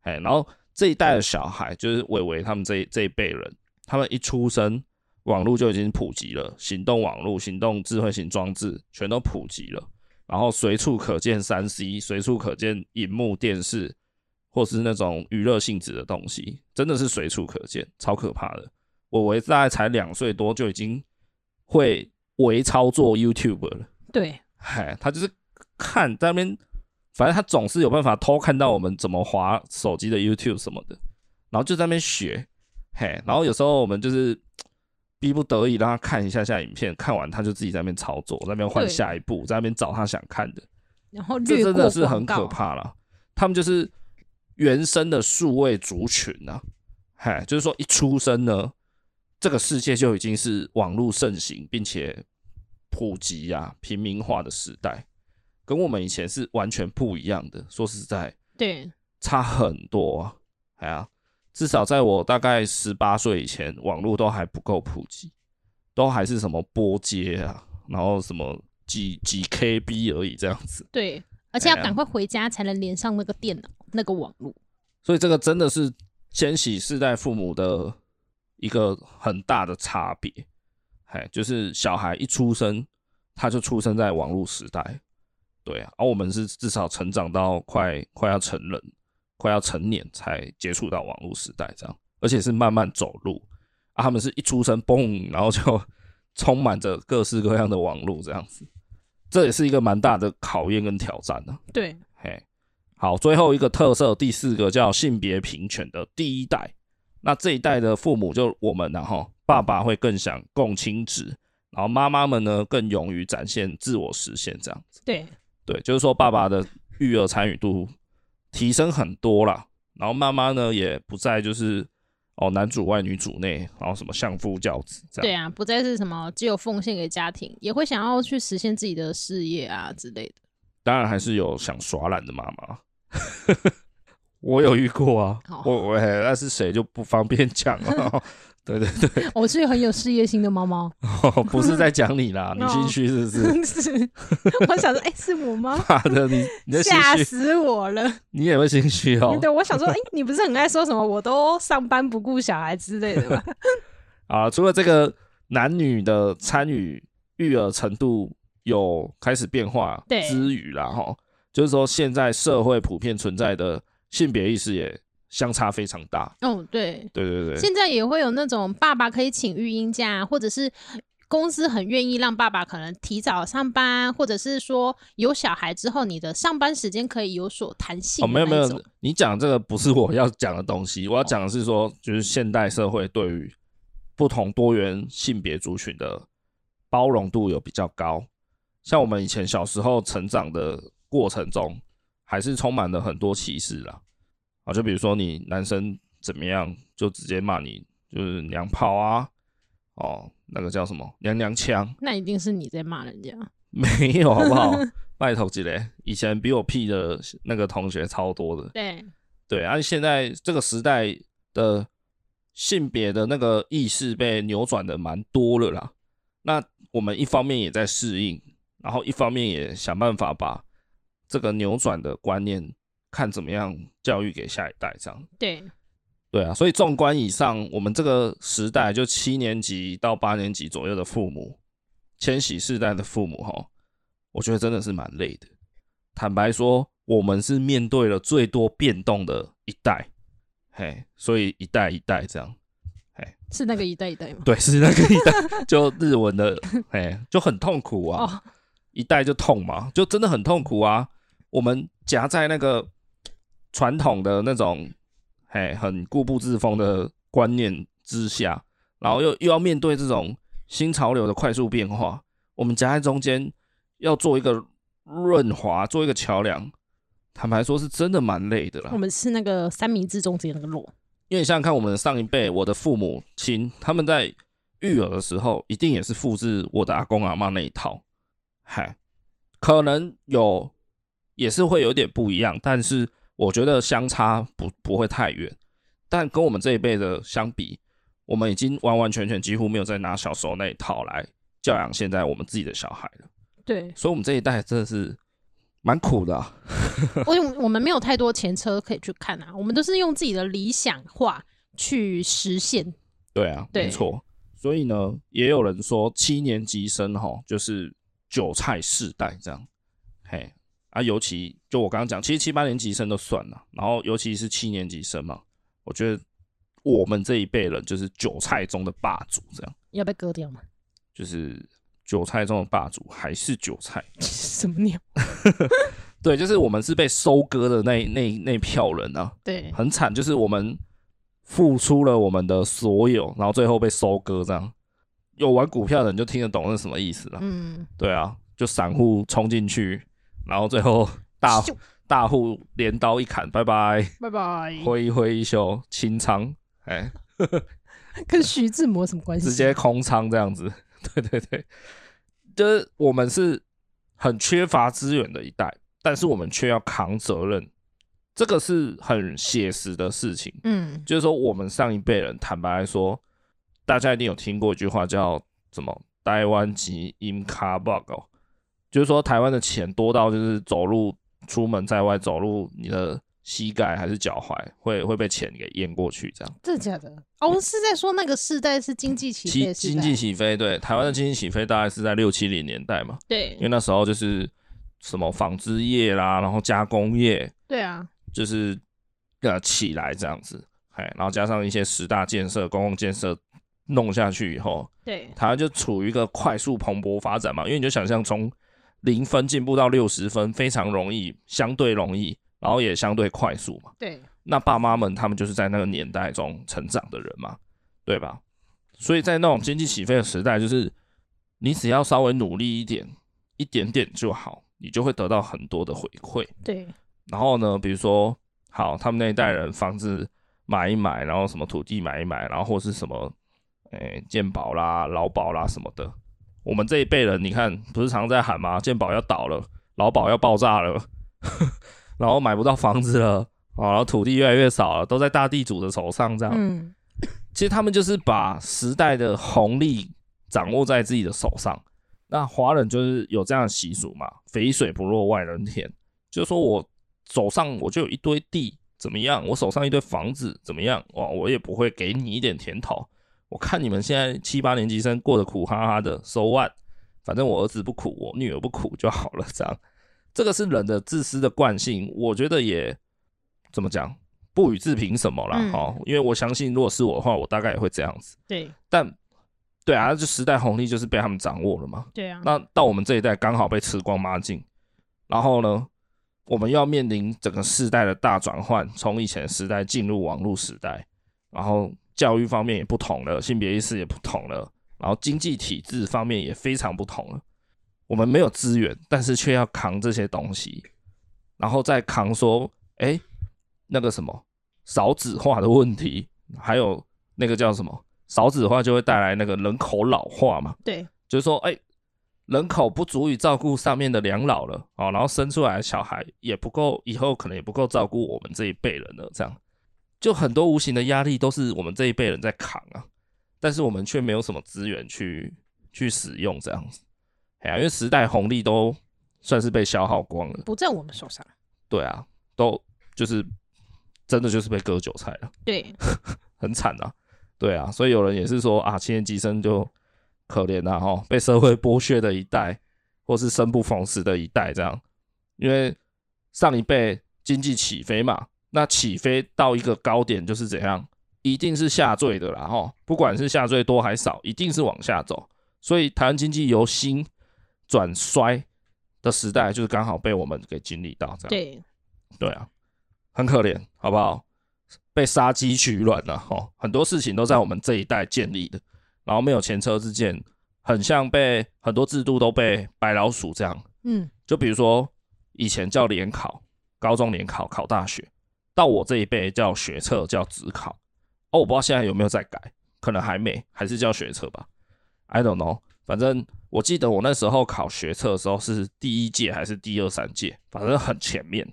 Speaker 1: 哎，然后这一代的小孩，就是伟伟他们这一这一辈人，他们一出生，网络就已经普及了，行动网络、行动智慧型装置全都普及了，然后随处可见三 C，随处可见荧幕、电视，或是那种娱乐性质的东西，真的是随处可见，超可怕的。我为大概才两岁多就已经会微操作 YouTube 了。
Speaker 2: 对，
Speaker 1: 嗨，哎他就是看在那边，反正他总是有办法偷看到我们怎么滑手机的 YouTube 什么的，然后就在那边学，嘿，然后有时候我们就是逼不得已让他看一下下影片，看完他就自己在那边操作，在那边换
Speaker 2: 对
Speaker 1: 下一步，在那边找他想看的，
Speaker 2: 然后
Speaker 1: 这
Speaker 2: 略
Speaker 1: 真
Speaker 2: 过
Speaker 1: 的是
Speaker 2: 广
Speaker 1: 很可
Speaker 2: 告。
Speaker 1: 怕了。他们就是原生的数位族群啊，嗨，就是说一出生呢，这个世界就已经是网络盛行并且普及啊、平民化的时代，跟我们以前是完全不一样的。说实在，
Speaker 2: 对，
Speaker 1: 差很多啊！哎呀，至少在我大概十八岁以前，网络都还不够普及，都还是什么波接啊，然后什么几几 KB 而已这样子。
Speaker 2: 对，而且要
Speaker 1: 哎呀
Speaker 2: 赶快回家才能连上那个电脑、那个网络。
Speaker 1: 所以这个真的是千禧世代父母的一个很大的差别，哎，就是小孩一出生他就出生在网络时代，对啊，而、我们是至少成长到快快要成人、快要成年才接触到网络时代这样，而且是慢慢走路啊，他们是一出生嘣，然后就 充满着各式各样的网络这样子，这也是一个蛮大的考验跟挑战呢、啊
Speaker 2: 对，
Speaker 1: 嘿，好，最后一个特色，第四个叫性别平权的第一代。那这一代的父母就我们然、后爸爸会更想共亲职，然后妈妈们呢更勇于展现自我实现，这样子。
Speaker 2: 对，
Speaker 1: 对，就是说爸爸的育儿参与度提升很多啦，然后妈妈呢也不再就是哦男主外女主内，然后什么相夫教子这样。
Speaker 2: 对啊，不再是什么只有奉献给家庭，也会想要去实现自己的事业啊之类的。
Speaker 1: 当然还是有想耍懒的妈妈， 我有遇过啊
Speaker 2: 好，
Speaker 1: 我我嘿那是谁就不方便讲了、 对对对，
Speaker 2: 我是很有事业心的猫猫，
Speaker 1: 不是在讲你
Speaker 2: 哦
Speaker 1: 啦，你心虚是不是？
Speaker 2: 是，我想说，哎、是我吗？
Speaker 1: 妈的，你 你的心
Speaker 2: 吓
Speaker 1: 虚，
Speaker 2: 死我了！
Speaker 1: 你也会心虚哦。
Speaker 2: 对，我想说，哎、你不是很爱说什么我都上班不顾小孩之 类的吗？
Speaker 1: 啊，除了这个男女的参与育儿程度有开始变化
Speaker 2: 对
Speaker 1: 之余啦，哈，就是说现在社会普遍存在的性别意识也相差非常大。
Speaker 2: 哦，对，
Speaker 1: 对 对对，
Speaker 2: 现在也会有那种爸爸可以请育婴假，或者是公司很愿意让爸爸可能提早上班，或者是说有小孩之后，你的上班时间可以有所弹性
Speaker 1: 哦，
Speaker 2: 的
Speaker 1: 没有没
Speaker 2: 那
Speaker 1: 有
Speaker 2: 种，哦
Speaker 1: 你讲这个不是我要讲的东西，我要讲的是说，就是现代社会对于不同多元性别族群的包容度有比较高。
Speaker 2: 嗯
Speaker 1: 像我们以前小时候成长的过程中，还是充满了很多歧视啦。啊，就比如说你男生怎么样，就直接骂你就是娘炮啊，哦，那个叫什么娘娘腔，
Speaker 2: 那一定是你在骂人家。
Speaker 1: 没有好不 好？拜托几嘞，以前比我屁的那个同学超多的。
Speaker 2: 对，
Speaker 1: 对，而、啊、现在这个时代的性别的那个意识被扭转的蛮多了啦。那我们一方面也在适应，然后一方面也想办法把这个扭转的观念看怎么样教育给下一代，这样。
Speaker 2: 对，
Speaker 1: 对啊，所以纵观以上，我们这个时代就七年级到八年级左右的父母，千禧世代的父母哈，我觉得真的是蛮累的。坦白说，我们是面对了最多变动的一代，嘿，所以一代一代这样，
Speaker 2: 是那个一代一代吗？
Speaker 1: 对，是那个一代，就日文的，嘿，就很痛苦啊。
Speaker 2: 哦，
Speaker 1: 一代就痛嘛，就真的很痛苦啊。我们夹在那个传统的那种，嘿，很固步自封的观念之下，然后又又要面对这种新潮流的快速变化，我们夹在中间，要做一个润滑，做一个桥梁。坦白说，是真的蛮累的啦
Speaker 2: 我。们是那个三明治中间那个肉。
Speaker 1: 因为你想想看，我们的上一辈，我的父母亲，他们在育儿的时候，一定也是复制我的阿公阿妈那一套，嗨，可能有，也是会有点不一样，但是我觉得相差不不会太远。但跟我们这一辈的相比，我们已经完完全全几乎没有再拿小时候那一套来教养现在我们自己的小孩了，
Speaker 2: 对，
Speaker 1: 所以我们这一代真的是蛮苦的啊、
Speaker 2: 我我们没有太多前车可以去看啊，我们都是用自己的理想化去实现。
Speaker 1: 对啊，
Speaker 2: 对
Speaker 1: 没错。所以呢，也有人说七年级生哈，就是韭菜世代这样。嘿，啊，尤其就我刚刚讲，其实七八年级生都算了，然后尤其是七年级生嘛，我觉得我们这一辈人就是韭菜中的霸主，这样
Speaker 2: 要被割掉吗？
Speaker 1: 就是韭菜中的霸主还是韭菜。
Speaker 2: 什么鸟？
Speaker 1: 对，就是我们是被收割的那那那票人啊，
Speaker 2: 对，
Speaker 1: 很惨，就是我们付出了我们的所有，然后最后被收割这样。有玩股票的人就听得懂那是什么意思了。
Speaker 2: 嗯，
Speaker 1: 对啊，就散户冲进去，然后最后大
Speaker 2: 咻
Speaker 1: 大户镰刀一砍，拜拜，
Speaker 2: 拜拜。
Speaker 1: 挥一挥一袖清仓，哎、
Speaker 2: 跟徐志摩有什么关系？嗯
Speaker 1: 直接空仓这样子。 对对对，就是我们是很缺乏资源的一代，但是我们却要扛责任，这个是很写实的事情。
Speaker 2: 嗯，
Speaker 1: 就是说，我们上一辈人，坦白来说，大家一定有听过一句话叫什么“台湾籍 in car bug”，、哦、就是说台湾的钱多到就是走路出门在外走路，你的膝盖还是脚踝会会被钱给淹过去，这样。
Speaker 2: 真的假的？哦，是在说那个世代是经济起飞
Speaker 1: 经
Speaker 2: 的世代
Speaker 1: 经济起飞，对台湾的经济起飞大概是在六七零年代嘛，因为
Speaker 2: 对
Speaker 1: 那时候就是什么纺织业啦，然后加工业
Speaker 2: 对啊，
Speaker 1: 就是呃起来这样子，哎，然后加上一些十大建设、公共建设弄下去以后，
Speaker 2: 对
Speaker 1: 台湾就处于一个快速蓬勃发展嘛，因为你就想象从零分进步到六十分非常容易，相对容易，然后也相对快速嘛。
Speaker 2: 对，
Speaker 1: 那爸妈们他们就是在那个年代中成长的人嘛，对吧？所以在那种经济起飞的时代，就是你只要稍微努力一点，一点点就好，你就会得到很多的回馈。
Speaker 2: 对
Speaker 1: 然后呢，比如说，好，他们那一代人房子买一买，然后什么土地买一买，然后或是什么，诶、健保啦、劳保啦什么的。我们这一辈人，你看，不是常在喊吗？健保要倒了，劳保要爆炸了， 然后买不到房子了，哦，然后土地越来越少了，都在大地主的手上。这样，
Speaker 2: 嗯，
Speaker 1: 其实他们就是把时代的红利掌握在自己的手上。那华人就是有这样的习俗嘛，肥水不落外人田，就是说我手上我就有一堆地，怎么样？我手上一堆房子，怎么样？哇，我也不会给你一点甜头。我看你们现在七八年级生过得苦哈哈的，so what？反正我儿子不苦，我女儿不苦就好了。这样，这个是人的自私的惯性，我觉得也怎么讲，不予置评什么啦。
Speaker 2: 嗯
Speaker 1: 哦，因为我相信，如果是我的话，我大概也会这样子。
Speaker 2: 对
Speaker 1: 但对啊，就时代红利就是被他们掌握了嘛。
Speaker 2: 对啊，
Speaker 1: 那到我们这一代刚好被吃光抹净，然后呢，我们要面临整个世代的大转换，从以前的时代进入网络时代，然后教育方面也不同了，性别意识也不同了，然后经济体制方面也非常不同了。我们没有资源，但是却要扛这些东西，然后再扛说，哎，那个什么少子化的问题，还有那个叫什么少子化就会带来那个人口老化嘛，
Speaker 2: 对
Speaker 1: 就是说，哎、人口不足以照顾上面的两老了哦，然后生出来的小孩也不够，以后可能也不够照顾我们这一辈人了，这样就很多无形的压力都是我们这一辈人在扛啊，但是我们却没有什么资源去去使用这样子，哎呀、因为时代红利都算是被消耗光了，
Speaker 2: 不在我们手上，
Speaker 1: 对啊，都就是真的就是被割韭菜了。
Speaker 2: 对
Speaker 1: 很惨啊，对啊，所以有人也是说啊，七年级生就可怜啊，哈，被社会剥削的一代，或是生不逢时的一代这样，因为上一辈经济起飞嘛，那起飞到一个高点就是怎样，一定是下坠的啦，哈，不管是下坠多还少，一定是往下走，所以台湾经济由兴转衰的时代，就是刚好被我们给经历到这样。
Speaker 2: 对，
Speaker 1: 对啊，很可怜，好不好？被杀鸡取卵了、哦，很多事情都在我们这一代建立的，然后没有前车之鉴，很像被很多制度都被白老鼠这样。
Speaker 2: 嗯，
Speaker 1: 就比如说以前叫联考，高中联考考大学，到我这一辈叫学测叫职考，哦，我不知道现在有没有在改，可能还没，还是叫学测吧，I don't know。反正我记得我那时候考学测的时候是第一届还是第二三届，反正很前面，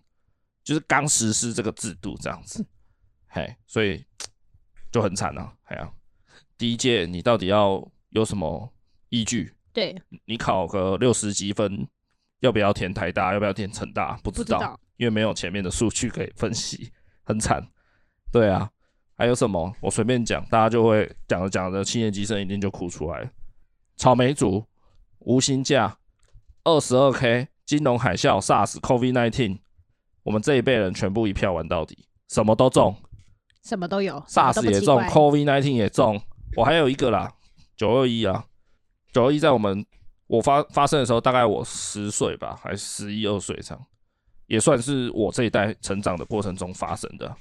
Speaker 1: 就是刚实施这个制度这样子，嘿，所以就很惨啊，哎呀、第一届你到底要有什么依据？
Speaker 2: 对，
Speaker 1: 你考个六十几分，要不要填台大？要不要填成大？不知道，
Speaker 2: 不知道
Speaker 1: 因为没有前面的数据可以分析，很惨。对啊，还有什么？我随便讲，大家就会讲着讲着，七年级生一定就哭出来了。草莓族、无薪假、二十二 K、金融海啸、SARS、COVID nineteen，我们这一辈人全部一票玩到底，什么都中，
Speaker 2: 什么都有什么都
Speaker 1: ，SARS
Speaker 2: 不
Speaker 1: 也
Speaker 2: 奇
Speaker 1: 中
Speaker 2: 怪
Speaker 1: ，COVID nineteen 也中，我还有一个啦，九二一啊，九二一在我们我发发生的时候，大概我十岁吧，还十一二岁这样，也算是我这一代成长的过程中发生的，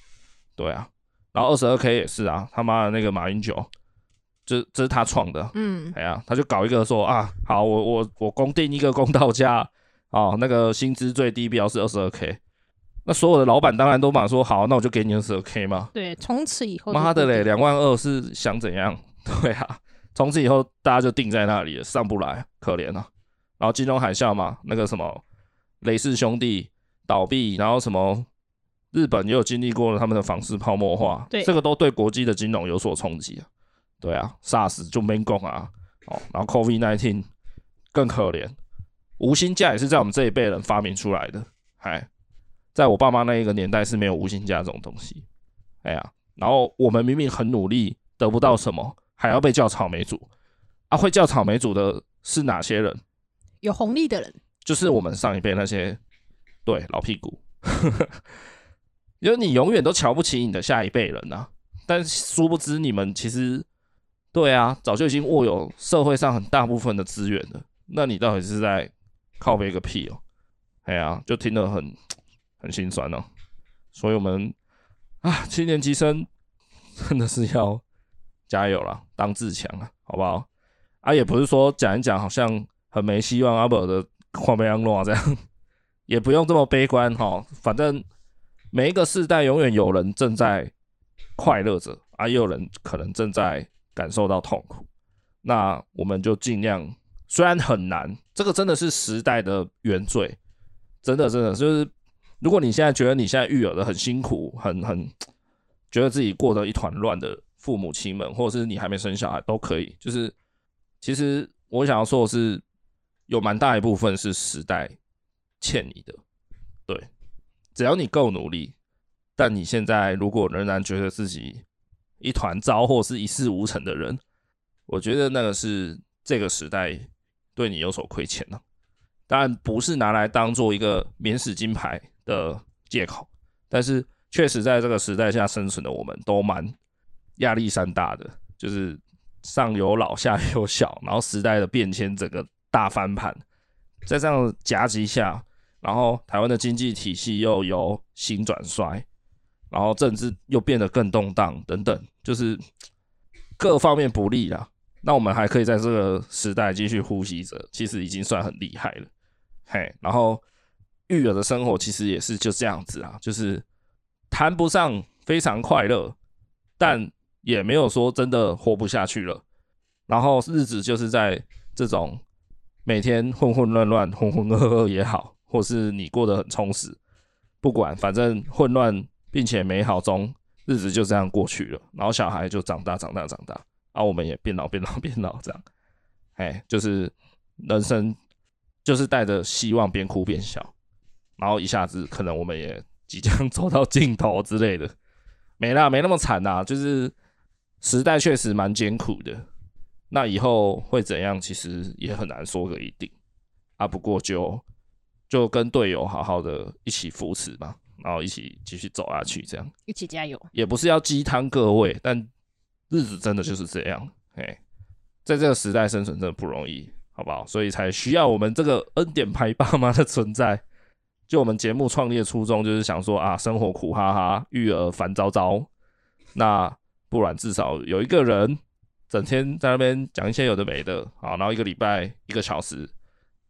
Speaker 1: 对啊，然后二十二 K 也是啊，他妈的那个马英九，这这是他创的，
Speaker 2: 嗯，
Speaker 1: 哎呀，他就搞一个说啊，好，我我我公定一个公道价，哦，那个薪资最低标是二十二 k，那所有的老板当然都马说好，那我就给你二十二 k 嘛，
Speaker 2: 对，从此以后就
Speaker 1: 妈的
Speaker 2: 不一
Speaker 1: 嘞，
Speaker 2: 定，
Speaker 1: 两万二是想怎样？ 对啊，从此以后大家就定在那里了，上不来，可怜啊。然后金融海啸嘛，那个什么雷氏兄弟倒闭，然后什么日本也有经历过他们的房市泡沫化，
Speaker 2: 对
Speaker 1: 这个都对国际的金融有所冲击啊。对啊，SARS 就没供啊，哦，然后 COVID nineteen 更可怜，无薪假也是在我们这一辈人发明出来的，哎，在我爸妈那一个年代是没有无薪假这种东西，哎呀，然后我们明明很努力，得不到什么，还要被叫草莓族。啊，会叫草莓族的是哪些人？
Speaker 2: 有红利的人，
Speaker 1: 就是我们上一辈那些对老屁股， 因为你永远都瞧不起你的下一辈人呐、啊。但殊不知你们其实对啊，早就已经握有社会上很大部分的资源了。那你到底是在靠背个屁哦？哎呀、就听得很很心酸哦。所以我们啊，七年级生真的是要加油啦，当自强啊，好不好？啊，也不是说讲一讲好像很没希望，阿啊伯的话被安啊诺这样， 也不用这么悲观哈。反正每一个世代永远有人正在快乐着，啊，也有人可能正在感受到痛苦。那我们就尽量，虽然很难，这个真的是时代的原罪，真的真的就是，如果你现在觉得你现在育儿的很辛苦，很很觉得自己过得一团乱的父母亲们，或者是你还没生小孩都可以，就是其实我想要说的是，有蛮大一部分是时代欠你的。对，只要你够努力，但你现在如果仍然觉得自己一团糟或是一事无成的人，我觉得那个是这个时代对你有所亏欠啊了、当然不是拿来当做一个免死金牌的借口，但是确实在这个时代下生存的我们都蛮压力山大的，就是上有老下有小，然后时代的变迁整个大翻盘，在这样的夹击下，然后台湾的经济体系又由兴转衰，然后政治又变得更动荡等等，就是各方面不利啦。那我们还可以在这个时代继续呼吸着，其实已经算很厉害了。嘿，然后育儿的生活其实也是就这样子啊，就是谈不上非常快乐，但也没有说真的活不下去了。然后日子就是在这种每天混混乱乱、浑浑噩噩也好，或是你过得很充实，不管，反正混乱并且美好中，日子就这样过去了。然后小孩就长大、长大、长大，啊，我们也变老、变老、变老，这样， 哎，就是人生就是带着希望边哭边笑，然后一下子可能我们也即将 走到尽头之类的，没啦，没那么惨啦，就是时代确实蛮艰苦的。那以后会怎样，其实也很难说个一定啊。不过就就跟队友好好的一起扶持嘛，然后一起继续走下去，这样
Speaker 2: 一起加油。
Speaker 1: 也不是要鸡汤各位，但日子真的就是这样，哎、在这个时代生存真的不容易，好不好？所以才需要我们这个恩典牌爸妈的存在。就我们节目创立的初衷，就是想说啊，生活苦哈哈，育儿烦糟糟，那不然至少有一个人整天在那边讲一些有的没的，好，然后一个礼拜一个小时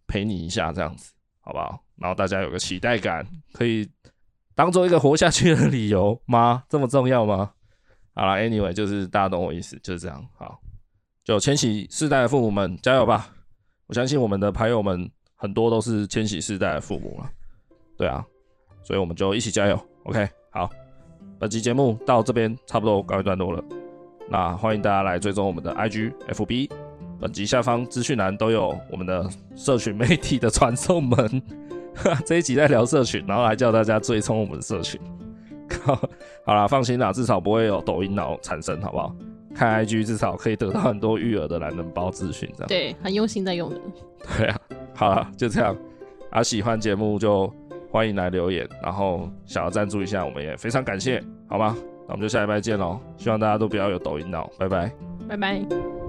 Speaker 1: 陪你一下，这样子，好不好？然后大家有个期待感，可以当做一个活下去的理由吗？ 这么重要吗？好了，anyway，就是大家懂我意思，就是这样。好，就千禧世代的父母们加油吧！我相信我们的朋友们很多都是千禧世代的父母了，对啊，所以我们就一起加油。OK，好，本期节目到这边差不多告一段落了。那欢迎大家来追踪我们的 IG、FB，本集下方资讯栏都有我们的社群媒体的传送门。这一集在聊社群，然后还叫大家追踪我们的社群。靠，好啦，放心啦，至少不会有抖音脑产生，好不好？看 IG 至少可以得到很多育儿的懒人包资讯，这样。
Speaker 2: 对，很用心在用的。
Speaker 1: 对啊，好了，就这样。啊，喜欢节目就欢迎来留言，然后想要赞助一下，我们也非常感谢，好吗？那我们就下礼拜见喽，希望大家都不要有抖音脑，拜拜。
Speaker 2: 拜拜。